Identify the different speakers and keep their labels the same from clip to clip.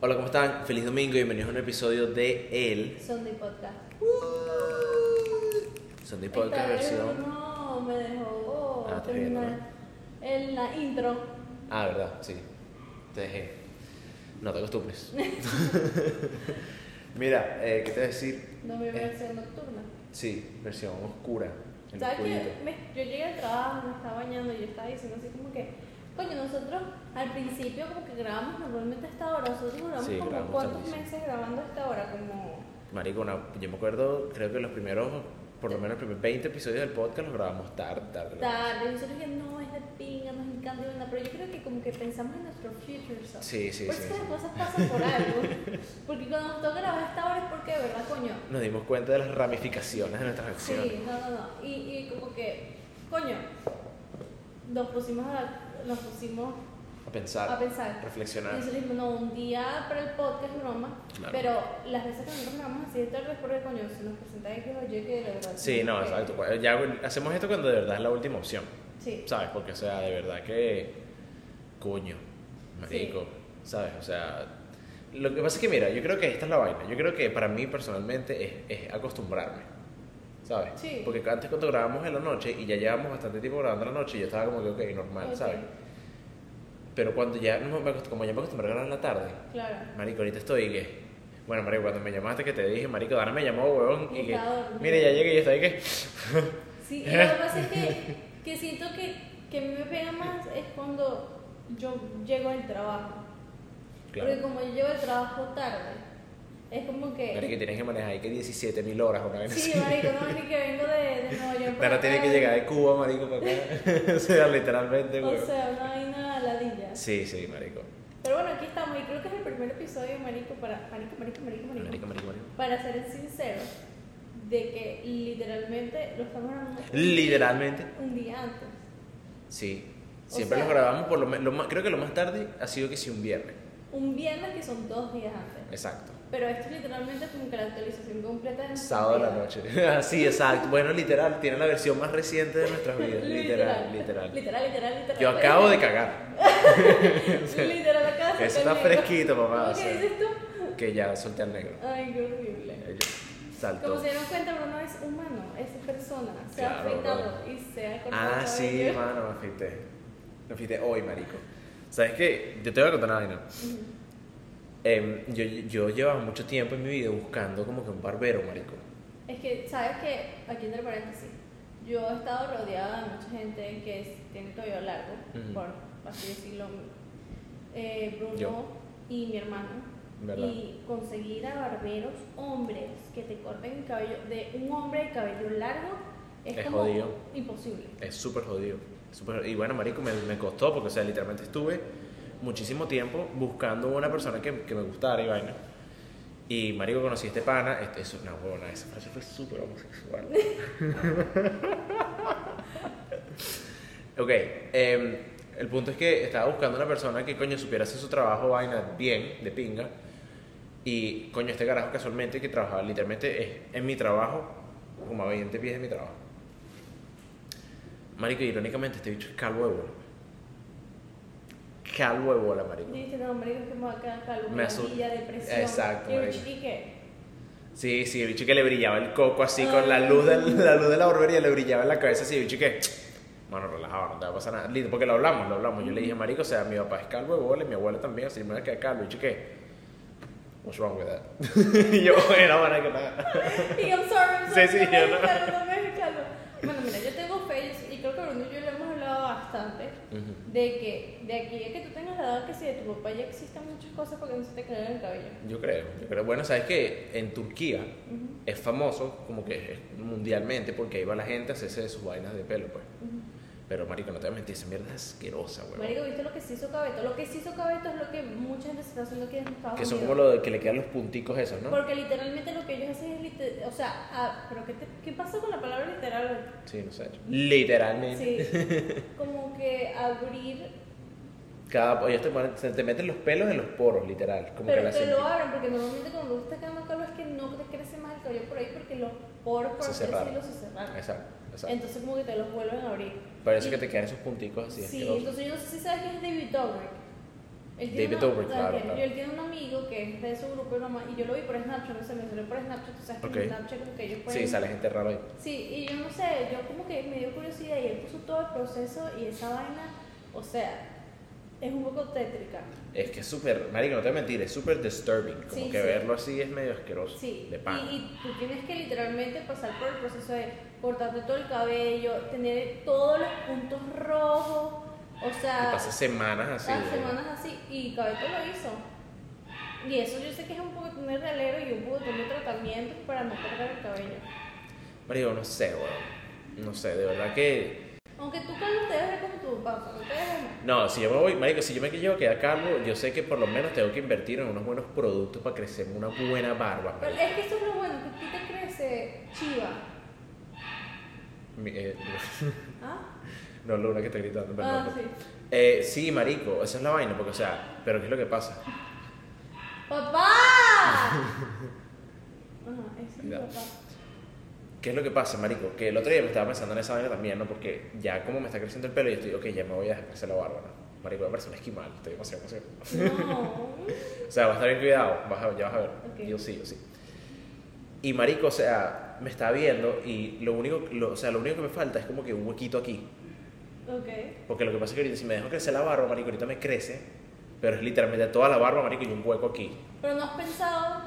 Speaker 1: Hola, ¿cómo están? Feliz domingo y bienvenidos a un episodio de El
Speaker 2: Sunday Podcast.
Speaker 1: Sunday Podcast
Speaker 2: Esta vez
Speaker 1: versión.
Speaker 2: No, me dejó
Speaker 1: Ah, está bien,
Speaker 2: terminar en la intro.
Speaker 1: Ah, verdad, sí. Te dejé. No te acostumbres. Mira, eh, ¿qué te voy a decir?
Speaker 2: No me
Speaker 1: Eh.
Speaker 2: veo versión nocturna.
Speaker 1: Sí, versión oscura. el
Speaker 2: ¿Sabes
Speaker 1: oscurito.
Speaker 2: qué? Me- yo llegué al trabajo, me estaba bañando y yo estaba diciendo así como que, coño, nosotros al principio como que grabamos normalmente a esta hora, nosotros duramos
Speaker 1: Sí,
Speaker 2: como
Speaker 1: grabamos
Speaker 2: cuántos
Speaker 1: tardísimo.
Speaker 2: meses grabando a esta hora, como
Speaker 1: Marico, no, yo me acuerdo, creo que los primeros, por lo menos los primeros 20 episodios del podcast los grabamos tarde, tarde.
Speaker 2: tarde, y nosotros que no, es de pinga, nos encanta, ¿verdad? pero yo creo que como que pensamos en nuestro future self.
Speaker 1: Sí, sí,
Speaker 2: por
Speaker 1: sí,
Speaker 2: eso es que
Speaker 1: sí.
Speaker 2: las cosas pasan por algo, porque cuando nos toca grabar a esta hora es porque, de ¿verdad, coño?
Speaker 1: Nos dimos cuenta de las ramificaciones de nuestras acciones.
Speaker 2: Sí, no, no, no. Y, y como que, coño, nos pusimos a, nos pusimos
Speaker 1: A pensar.
Speaker 2: a pensar. Y
Speaker 1: Reflexionar.
Speaker 2: nosotros dijimos, no, un día para el podcast broma,
Speaker 1: Claro.
Speaker 2: pero las veces que nosotros grabamos así de tarde es porque, coño, si nos presentáis que oye que de verdad.
Speaker 1: Sí, no,
Speaker 2: que-
Speaker 1: exacto. Pues, Ya hacemos esto cuando de verdad es la última opción,
Speaker 2: Sí.
Speaker 1: ¿sabes? Porque, o sea, de verdad que. Coño, marico, ¿sabes? O sea. Lo que pasa es que, mira, yo creo que esta es la vaina. Yo creo que para mí personalmente es, es acostumbrarme, ¿sabes?
Speaker 2: Sí.
Speaker 1: Porque antes cuando grabábamos en la noche y ya llevamos bastante tiempo grabando en la noche, yo estaba como que, ok, normal,
Speaker 2: Ok,
Speaker 1: ¿sabes? Pero cuando ya, no me acost- como ya me acostumbré a grabar en la tarde,
Speaker 2: Claro.
Speaker 1: Marico, ahorita estoy que. Bueno, Marico, cuando me llamaste que te dije, Marico, Dana me llamó, huevón, y que.
Speaker 2: Estaba dormida.
Speaker 1: Mire, ya llegué y estoy que.
Speaker 2: Sí, y lo que pasa es que, que siento que, que a mí me pega más es cuando yo llego al trabajo. Porque como yo llego al trabajo tarde, es como que.
Speaker 1: Marico, tienes que manejar ahí que 17 mil horas una vez.
Speaker 2: Sí, marico, no, ni que vengo de, de Nueva York. para
Speaker 1: Dana tiene
Speaker 2: acá.
Speaker 1: que llegar de Cuba, Marico, para acá. o sea, literalmente,
Speaker 2: O
Speaker 1: huevón.
Speaker 2: sea, una vaina ladilla.
Speaker 1: Sí, sí, Marico.
Speaker 2: Pero bueno, aquí estamos y creo que es el primer episodio, marico, para... Marico, marico, marico, marico.
Speaker 1: Marico, Marico, Marico.
Speaker 2: Para ser sinceros, de que literalmente lo estamos grabando un día-
Speaker 1: Literalmente.
Speaker 2: un día antes.
Speaker 1: Sí.
Speaker 2: O
Speaker 1: Siempre
Speaker 2: sea-
Speaker 1: los grabamos, por lo, me- lo más, creo que lo más tarde ha sido que sí un viernes.
Speaker 2: Un viernes que son dos días antes.
Speaker 1: Exacto.
Speaker 2: Pero esto es literalmente como que la actualización completa de nuestra
Speaker 1: Sábado de la
Speaker 2: vida.
Speaker 1: noche. Ah, sí, exacto. Bueno, literal, tiene la versión más reciente de nuestras vidas. Literal, literal.
Speaker 2: Literal, literal, literal.
Speaker 1: Yo acabo de cagar.
Speaker 2: Literal, acabas de
Speaker 1: Eso
Speaker 2: sacar
Speaker 1: está
Speaker 2: negro.
Speaker 1: fresquito, mamá, o
Speaker 2: ¿Cómo
Speaker 1: sea.
Speaker 2: que dices tú?
Speaker 1: que ya solté al negro.
Speaker 2: Ay, qué horrible.
Speaker 1: Ella saltó.
Speaker 2: Como se dieron cuenta, Bruno es humano, es persona, se ha
Speaker 1: Claro,
Speaker 2: afeitado y se ha cortado
Speaker 1: Ah,
Speaker 2: el
Speaker 1: sí,
Speaker 2: cabello.
Speaker 1: mano, me afeité. Me afeité hoy, marico. ¿Sabes qué? Yo te voy a contar una vaina.
Speaker 2: Ujú.
Speaker 1: Em, yo, yo llevaba mucho tiempo en mi vida buscando como que un barbero, marico.
Speaker 2: Es que, ¿sabes que Aquí entre paréntesis, yo he estado rodeada de mucha gente que es- tiene cabello largo,
Speaker 1: Ujú.
Speaker 2: por así decirlo. Eh, Bruno
Speaker 1: Yo.
Speaker 2: y mi hermano.
Speaker 1: ¿Verdad?
Speaker 2: Y conseguir a barberos hombres que te corten el cabello, de un hombre de cabello largo, es,
Speaker 1: Es
Speaker 2: como
Speaker 1: jodido.
Speaker 2: imposible.
Speaker 1: Es súper jodido. súper- y bueno, marico, me, me costó porque, o sea, literalmente estuve muchísimo tiempo buscando una persona que, que me gustara y vaina. Y, marico, conocí a este pana. Este, eso, no, huevona, esa frase fue súper homosexual. ok, em, el punto es que estaba buscando una persona que, coño, supiera hacer su trabajo, vaina, bien, de pinga. Y, coño, este carajo casualmente que trabajaba literalmente es en mi trabajo, como a 20 pies de mi trabajo. Marico, irónicamente, este bicho es calvo de bola. Calvo de bola, marico.
Speaker 2: Dice, no, marico, es que me va a quedar calvo,
Speaker 1: Me asu-
Speaker 2: melanilla, depresión.
Speaker 1: Exacto,
Speaker 2: Y yo,
Speaker 1: marico.
Speaker 2: ¿y qué?
Speaker 1: Sí, sí, el bicho que le brillaba el coco así con la luz, de, la luz de la barbería, le brillaba en la cabeza así, el bicho que, mano, relajado, no te va a pasar nada. Listo, porque lo hablamos, lo hablamos. Yo le dije, marico, o sea, mi papá es calvo de bola y mi abuela también, así me va a quedar calvo. El bicho que, what's wrong with that? y yo, bueno, bueno, que nada.
Speaker 2: Y I'm sorry, I'm
Speaker 1: Sí,
Speaker 2: sorry,
Speaker 1: sí,
Speaker 2: no me
Speaker 1: yo no.
Speaker 2: dejaron, no me dejaron. Bueno, mira, yo tengo face y creo que Bruno y yo le hemos hablado bastante
Speaker 1: Ujú.
Speaker 2: de que de aquí a que tú tengas la edad que si de tu papá ya existen muchas cosas porque no se te cae el cabello.
Speaker 1: Yo creo, yo creo. Bueno, sabes que en Turquía
Speaker 2: Ujú,
Speaker 1: es famoso, como que es mundialmente, porque ahí va la gente a hacerse sus vainas de pelo, pues.
Speaker 2: ujú.
Speaker 1: Pero, marico, no te voy a mentir, esa mierda es asquerosa, weón.
Speaker 2: Marico, ¿viste lo que se hizo Cabeto? Lo que se hizo Cabeto es lo que mucha gente se está haciendo aquí en Estados
Speaker 1: Que son como
Speaker 2: Unidos.
Speaker 1: lo de que le quedan los punticos esos, ¿no?
Speaker 2: Porque literalmente lo que ellos hacen es, lite- o sea, ah, pero qué, te- ¿qué pasa con la palabra literal?
Speaker 1: Sí, no sé. Literalmente.
Speaker 2: Sí, como que abrir,
Speaker 1: Cada, ellos te, ponen- se te meten los pelos en los poros, literal. Como que
Speaker 2: pero
Speaker 1: la
Speaker 2: te
Speaker 1: cinti-
Speaker 2: lo abren, porque normalmente cuando tú estás quedando calvo es que no te crece más el cabello por ahí porque los poros, por
Speaker 1: Se
Speaker 2: así
Speaker 1: cerraron.
Speaker 2: decirlo, se cerraron.
Speaker 1: Ah, Exacto, exacto.
Speaker 2: Entonces como que te los vuelven a abrir.
Speaker 1: Por eso
Speaker 2: Y-
Speaker 1: que te quedan esos punticos así.
Speaker 2: Sí,
Speaker 1: asquerosos.
Speaker 2: entonces yo no sé si sabes quién es David Dobrik. Él tiene
Speaker 1: David
Speaker 2: una-
Speaker 1: Dobrik,
Speaker 2: o sea,
Speaker 1: claro,
Speaker 2: que-
Speaker 1: claro.
Speaker 2: Él tiene un amigo que es de su grupo y, broma, y yo lo vi por Snapchat, no sé, me salió por Snapchat, tú sabes que
Speaker 1: Ok.
Speaker 2: en Snapchat como que ellos pueden...
Speaker 1: Sí, sale gente rara ahí.
Speaker 2: Sí, y yo no sé, yo como que me dio curiosidad y él puso todo el proceso y esa vaina, o sea, es un poco tétrica.
Speaker 1: Es que es súper, marico, no te voy a mentir, es súper disturbing. Como
Speaker 2: Sí,
Speaker 1: que
Speaker 2: sí.
Speaker 1: verlo así es medio asqueroso.
Speaker 2: Sí,
Speaker 1: pues, De pan.
Speaker 2: Y, y tú tienes que literalmente pasar por el proceso de cortarte todo el cabello, tener todos los puntos rojos, o sea,
Speaker 1: pasa semanas así.
Speaker 2: las
Speaker 1: de-
Speaker 2: semanas así, y Cabeto lo hizo. Y eso yo sé que es un poco tener realero y un poco tener tratamiento para no cortar el cabello.
Speaker 1: Marico, no sé, weón. No sé, de verdad que.
Speaker 2: Aunque tú con los dedos eres como tu papá, no te dejes
Speaker 1: No, si yo me voy, marico, si yo me llevo a quedar calvo, yo sé que por lo menos tengo que invertir en unos buenos productos para crecer una buena barba.
Speaker 2: Pero
Speaker 1: marico.
Speaker 2: es que eso es lo bueno, que a ti te crece chiva.
Speaker 1: Mi- eh,
Speaker 2: ¿Ah?
Speaker 1: no, Luna que está gritando, perdón.
Speaker 2: ah, sí.
Speaker 1: Eh, sí, marico, esa es la vaina, porque o sea, pero ¿qué es lo que pasa?
Speaker 2: ¡Papá! Ajá, ese es mi
Speaker 1: Ya.
Speaker 2: papá.
Speaker 1: ¿Qué es lo que pasa, marico? Que el otro día me estaba pensando en esa vaina también, ¿no? Porque ya como me está creciendo el pelo, yo estoy, ok, ya me voy a dejar crecer la barba, ¿no? Marico, me parece un esquimal, estoy demasiado emocionado.
Speaker 2: No.
Speaker 1: O sea, va a estar bien cuidado, vas a, ya vas a ver.
Speaker 2: Ok.
Speaker 1: Yo sí, yo sí. Y marico, o sea, me está viendo y lo único, lo- o sea, lo único que me falta es como que un huequito aquí.
Speaker 2: Ok.
Speaker 1: Porque lo que pasa es que ahorita, si me dejo crecer la barba, marico, ahorita me crece, pero es literalmente toda la barba, marico, y un hueco aquí.
Speaker 2: Pero no has pensado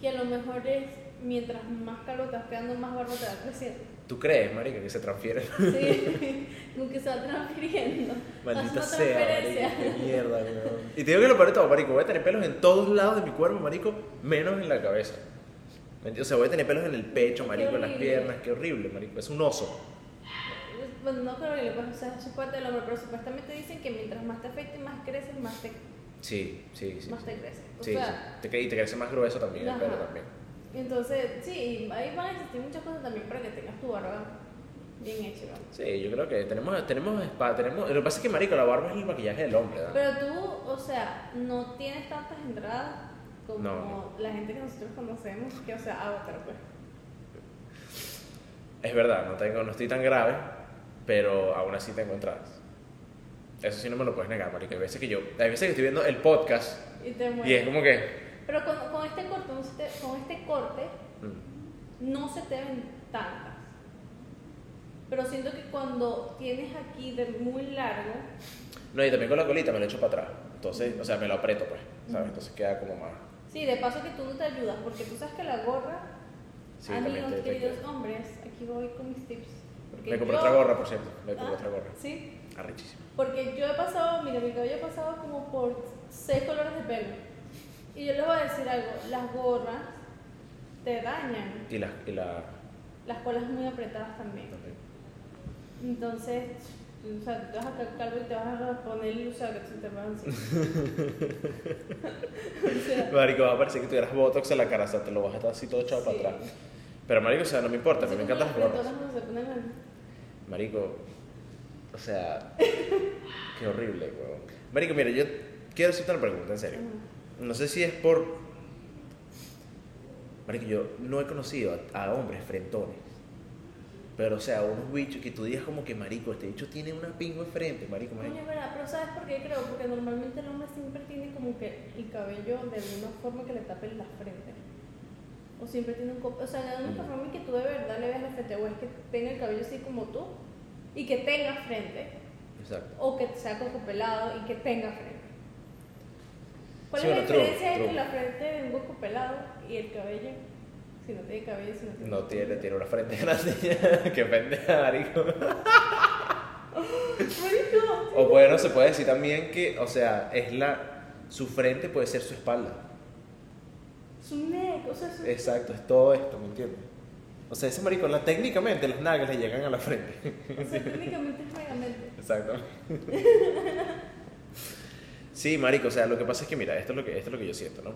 Speaker 2: que a lo mejor es mientras más calor estás pegando, más barba te va creciendo.
Speaker 1: ¿Tú crees, marico, que se transfiere?
Speaker 2: Sí, como que se va transfiriendo. Haz
Speaker 1: Maldita
Speaker 2: una
Speaker 1: sea,
Speaker 2: transferencia.
Speaker 1: marico, qué mierda, weón. Y te digo que lo peor de todo, marico, voy a tener pelos en todos lados de mi cuerpo, marico, menos en la cabeza. ¿Me entiendes? O sea, voy a tener pelos en el pecho,
Speaker 2: Qué
Speaker 1: marico, en las
Speaker 2: horrible.
Speaker 1: piernas, qué horrible, marico, es un oso.
Speaker 2: Bueno, no creo que le puedas usar su parte del hombre, pero supuestamente dicen que mientras más te afecte, más creces, más te,
Speaker 1: Sí, sí, sí.
Speaker 2: más te creces. O
Speaker 1: Sí,
Speaker 2: sea,
Speaker 1: sí. Te, cre- y te crece más grueso también, el
Speaker 2: Ajá.
Speaker 1: pelo también.
Speaker 2: Entonces, sí, ahí van a existir muchas cosas también para que tengas tu barba bien hecha. ¿no?
Speaker 1: Sí, yo creo que tenemos, tenemos spa, tenemos... Lo que pasa es que, marico, la barba es el maquillaje del hombre, ¿verdad?
Speaker 2: Pero tú, o sea, no tienes tantas entradas como
Speaker 1: No, no.
Speaker 2: la gente que nosotros conocemos, que, o sea, avatar, pues.
Speaker 1: Es verdad, no, tengo, no estoy tan grave, pero aún así tengo entradas. Eso sí no me lo puedes negar, marico. Hay veces que yo... Hay veces que estoy viendo el podcast
Speaker 2: Y te
Speaker 1: y es
Speaker 2: mueres.
Speaker 1: como que...
Speaker 2: Pero con, con este corte, no se te- con este corte,
Speaker 1: mm,
Speaker 2: no se te ven tantas. Pero siento que cuando tienes aquí de muy largo,
Speaker 1: No, y también con la colita me lo echo para atrás. Entonces, o sea, me lo aprieto, pues, ¿sabes? Entonces queda como más...
Speaker 2: sí, de paso que tú no te ayudas, porque tú sabes que la gorra,
Speaker 1: Sí, también
Speaker 2: amigos,
Speaker 1: te- te-
Speaker 2: queridos hombres, aquí voy con mis tips. porque
Speaker 1: Me compré
Speaker 2: yo-
Speaker 1: otra gorra, por cierto. Me compré
Speaker 2: Ah,
Speaker 1: otra gorra.
Speaker 2: Sí,
Speaker 1: Arrechísimo.
Speaker 2: porque yo he pasado, mira, mi cabello ha pasado como por seis colores de pelo. Y yo les voy a decir algo, las gorras te dañan,
Speaker 1: Y la... Y la
Speaker 2: las colas muy apretadas también. Entonces, o sea, tú te vas a ca- calvo y te vas a poner luz sea, que se te van así. o sea,
Speaker 1: Marico, va a parecer que tuvieras botox en la cara, o sea, te lo vas a estar así todo echado
Speaker 2: Sí.
Speaker 1: para atrás. Pero marico, o sea, no me importa, a mí me encantan las gorras.
Speaker 2: apretonas cuando se ponen la-
Speaker 1: Marico, o sea, qué horrible, weón. Marico, mira, yo quiero hacerte una pregunta, en serio.
Speaker 2: Ajá.
Speaker 1: No sé si es por... Marico, yo no he conocido a, a hombres frentones. Pero, o sea, unos bichos que tú digas como que, marico, este bicho tiene una pingo de frente, marico,
Speaker 2: Coño,
Speaker 1: marico.
Speaker 2: es verdad, pero ¿sabes por qué creo? Porque normalmente el hombre siempre tiene como que el cabello de alguna forma que le tape la frente. O siempre tiene un... co- O sea, la única
Speaker 1: Mm.
Speaker 2: forma en que tú de verdad le veas la frente o es que tenga el cabello así como tú y que tenga frente.
Speaker 1: Exacto.
Speaker 2: O que sea cocopelado y que tenga frente. ¿Cuál
Speaker 1: Sí,
Speaker 2: es la
Speaker 1: bueno, true,
Speaker 2: diferencia entre
Speaker 1: true.
Speaker 2: la frente de un cocopelado y el cabello? Si no tiene cabello, si no tiene...
Speaker 1: No tiene, tiene una frente grande. qué pendeja, marico.
Speaker 2: Marico,
Speaker 1: O bueno, se puede decir también que, o sea, es la su frente puede ser su espalda.
Speaker 2: Su neck, o sea, su...
Speaker 1: Exacto, es todo esto, ¿me entiendes? O sea, ese maricón, la, técnicamente las nalgas le llegan a la frente.
Speaker 2: O sea, técnicamente es megamente.
Speaker 1: Exacto. Sí, marico, o sea, lo que pasa es que mira, esto es lo que esto es lo que yo siento, ¿no?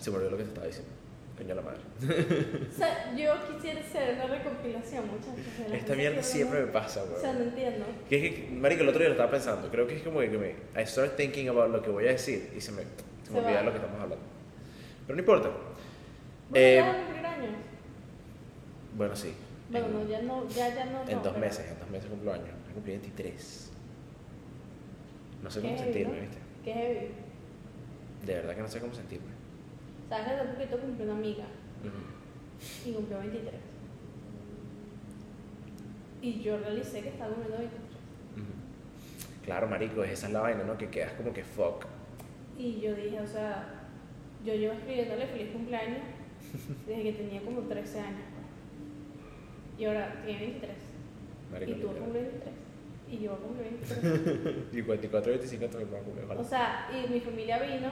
Speaker 1: Se me olvidó lo que te estaba diciendo. Coño la madre.
Speaker 2: O sea, yo quisiera hacer una recopilación, muchachos. de las
Speaker 1: Esta
Speaker 2: cosas
Speaker 1: mierda
Speaker 2: que
Speaker 1: siempre me
Speaker 2: hablamos.
Speaker 1: pasa,
Speaker 2: O sea,
Speaker 1: weón.
Speaker 2: no entiendo.
Speaker 1: Que es que, marico, el otro día lo estaba pensando. Creo que es como que me... I start thinking about lo que voy a decir y se me, se me
Speaker 2: Se
Speaker 1: olvida
Speaker 2: va.
Speaker 1: lo que estamos hablando. Pero no importa.
Speaker 2: Bueno,
Speaker 1: Eh,
Speaker 2: ya van a cumplir años.
Speaker 1: Bueno, sí.
Speaker 2: Bueno,
Speaker 1: en,
Speaker 2: no, ya no, ya, ya no.
Speaker 1: en
Speaker 2: no,
Speaker 1: dos
Speaker 2: pero-
Speaker 1: meses, en dos meses cumplo años. Yo Cumplí 23. No sé cómo
Speaker 2: Qué
Speaker 1: sentirme,
Speaker 2: bien.
Speaker 1: ¿viste?
Speaker 2: Qué heavy.
Speaker 1: De verdad que no sé cómo sentirme.
Speaker 2: ¿Sabes? Hace poquito cumplió una amiga
Speaker 1: Ujú.
Speaker 2: y cumplió 23. Y yo realicé que estaba cumpliendo 23.
Speaker 1: Ujú. Claro, marico, esa es la vaina, ¿no? Que quedas como que fuck.
Speaker 2: Y yo dije, o sea, yo llevo escribiéndole feliz cumpleaños desde que tenía como 13 años. Y ahora tiene 23.
Speaker 1: Marico,
Speaker 2: y tú vas a
Speaker 1: literal.
Speaker 2: cumplir 23. Y yo voy a cumplir 23.
Speaker 1: 54, 25 también van a cumplir,
Speaker 2: o
Speaker 1: ojalá.
Speaker 2: sea, y mi familia vino.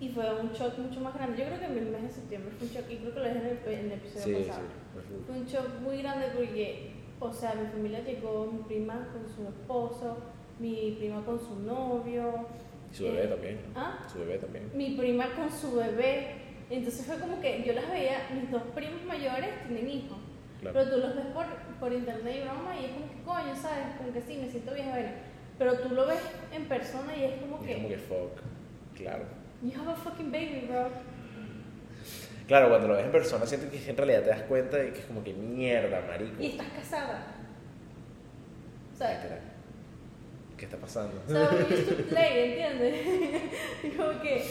Speaker 2: Y fue un shock mucho más grande. Yo creo que en el mes de septiembre fue un shock. Y creo que lo dije en el, en el episodio
Speaker 1: Sí, sí.
Speaker 2: pasado.
Speaker 1: por full.
Speaker 2: Fue un shock muy grande porque, o sea, mi familia llegó, mi prima con su esposo, mi prima con su novio.
Speaker 1: Y su bebé
Speaker 2: eh,
Speaker 1: también. ¿no?
Speaker 2: ¿Ah?
Speaker 1: Su bebé también.
Speaker 2: mi prima con su bebé. Entonces fue como que yo las veía, mis dos primos mayores tienen hijos.
Speaker 1: Claro.
Speaker 2: Pero tú los ves por, por internet y broma y es como que coño, ¿sabes? Como que sí, me siento vieja, bueno. Pero tú lo ves en persona y es como
Speaker 1: Y es como
Speaker 2: que,
Speaker 1: que fuck. Claro.
Speaker 2: you have a fucking baby, bro.
Speaker 1: Claro, cuando lo ves en persona, siento que en realidad te das cuenta de que es como que mierda, marico.
Speaker 2: Y estás casada. O sea,
Speaker 1: Literal. ¿Qué está pasando?
Speaker 2: so we used to play, ¿entiendes? Y como que,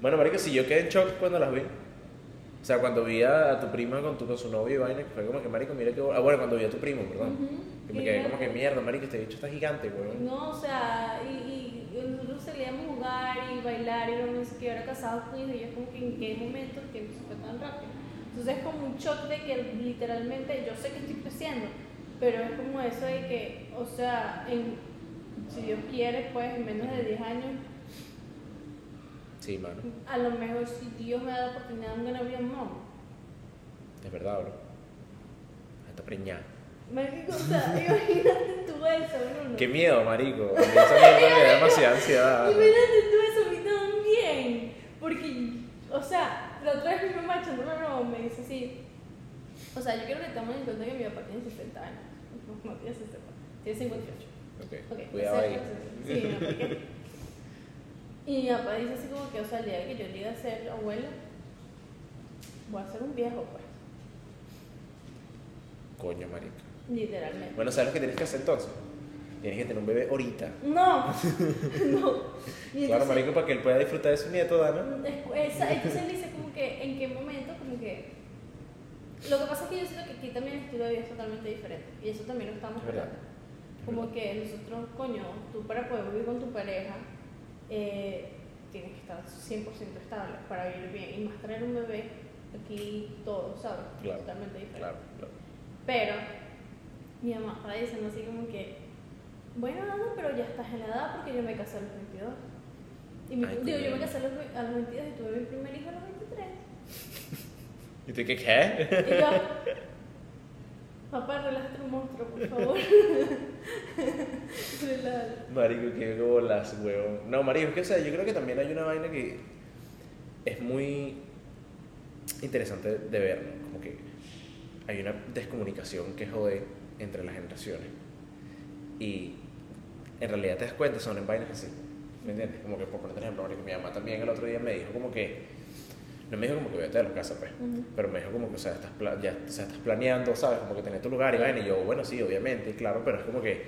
Speaker 1: Bueno, marico, si yo quedé en shock cuando las vi. O sea, cuando vi a tu prima con, tu, con su novio y vaina, que fue como que, marico, mira que... Ah, bueno, cuando vi a tu primo, perdón.
Speaker 2: ujú,
Speaker 1: Que me
Speaker 2: y
Speaker 1: quedé
Speaker 2: era-
Speaker 1: como que, mierda, marico, este bicho está gigante, weón.
Speaker 2: No, o sea, y, y- y nosotros salíamos a jugar y bailar y no sé qué, ahora casados con hijos, y yo como que en qué momento el tiempo se fue tan rápido. Entonces es como un shock de que literalmente yo sé que estoy creciendo, pero es como eso de que, o sea, en, si Dios quiere, pues en menos de 10 años,
Speaker 1: Sí, mano.
Speaker 2: a lo mejor si Dios me da la oportunidad, un novio, no.
Speaker 1: Es verdad, bro. Está preñada.
Speaker 2: Marico, o sea, imagínate tú eso, Bruno.
Speaker 1: Qué miedo, marico. A mí Esa mierda me da demasiada ansiedad.
Speaker 2: Imagínate tú eso a mí también. Porque, o sea, la otra vez mi mamá echando una broma me dice así. O sea, yo quiero que tomen en cuenta que mi papá tiene 60 años. No tiene 60, tiene 58.
Speaker 1: Ok,
Speaker 2: Ok,
Speaker 1: cuidado ahí.
Speaker 2: exacto, sí, sí, mi papá. Y mi papá dice así como que, o sea, el día que yo llegue a ser abuelo, voy a ser un viejo, pues.
Speaker 1: Coño, marico.
Speaker 2: Literalmente.
Speaker 1: Bueno, ¿sabes lo que tienes que hacer entonces? Tienes que tener un bebé ahorita.
Speaker 2: No, no. Y
Speaker 1: Claro,
Speaker 2: entonces-
Speaker 1: marico, para que él pueda disfrutar de su nieto, Dana.
Speaker 2: Es- esa- Entonces él dice como que en qué momento, como que... Lo que pasa es que yo siento que aquí también el estilo de vida es totalmente diferente. Y eso también lo estamos
Speaker 1: Es verdad.
Speaker 2: hablando. Como que nosotros, coño, tú para poder vivir con tu pareja, eh, tienes que estar 100% estable para vivir bien. Y más traer un bebé, aquí todo, ¿sabes?
Speaker 1: Claro,
Speaker 2: Totalmente diferente.
Speaker 1: Claro, claro.
Speaker 2: Pero mi mamá estaba diciendo así como que, bueno, Ana, pero ya estás en la edad porque yo me casé a los 22. Y mi-
Speaker 1: Ay, qué
Speaker 2: digo, yo me
Speaker 1: bien.
Speaker 2: casé a los, ve- a los 22 y tuve mi primer hijo a los 23.
Speaker 1: ¿Y tú qué? ¿Qué?
Speaker 2: Y yo, papá, relájate un monstruo, por favor. Relájate.
Speaker 1: Marico, qué bolas, huevón. No, marico, es que, o sea, yo creo que también hay una vaina que es muy interesante de ver, ¿no? Como que hay una descomunicación que jode entre las generaciones. Y en realidad te das cuenta, son en vainas así. ¿Me entiendes? Como que, por poner un ejemplo, marico, mi mamá también el otro día me dijo como que... No me dijo como que vete de la casa, pues.
Speaker 2: Ujú.
Speaker 1: Pero me dijo como que, o sea, estás, pla- ya, o sea, estás planeando, ¿sabes? Como que tener tu lugar y vaina. Y yo, bueno, sí, obviamente, y claro, pero es como que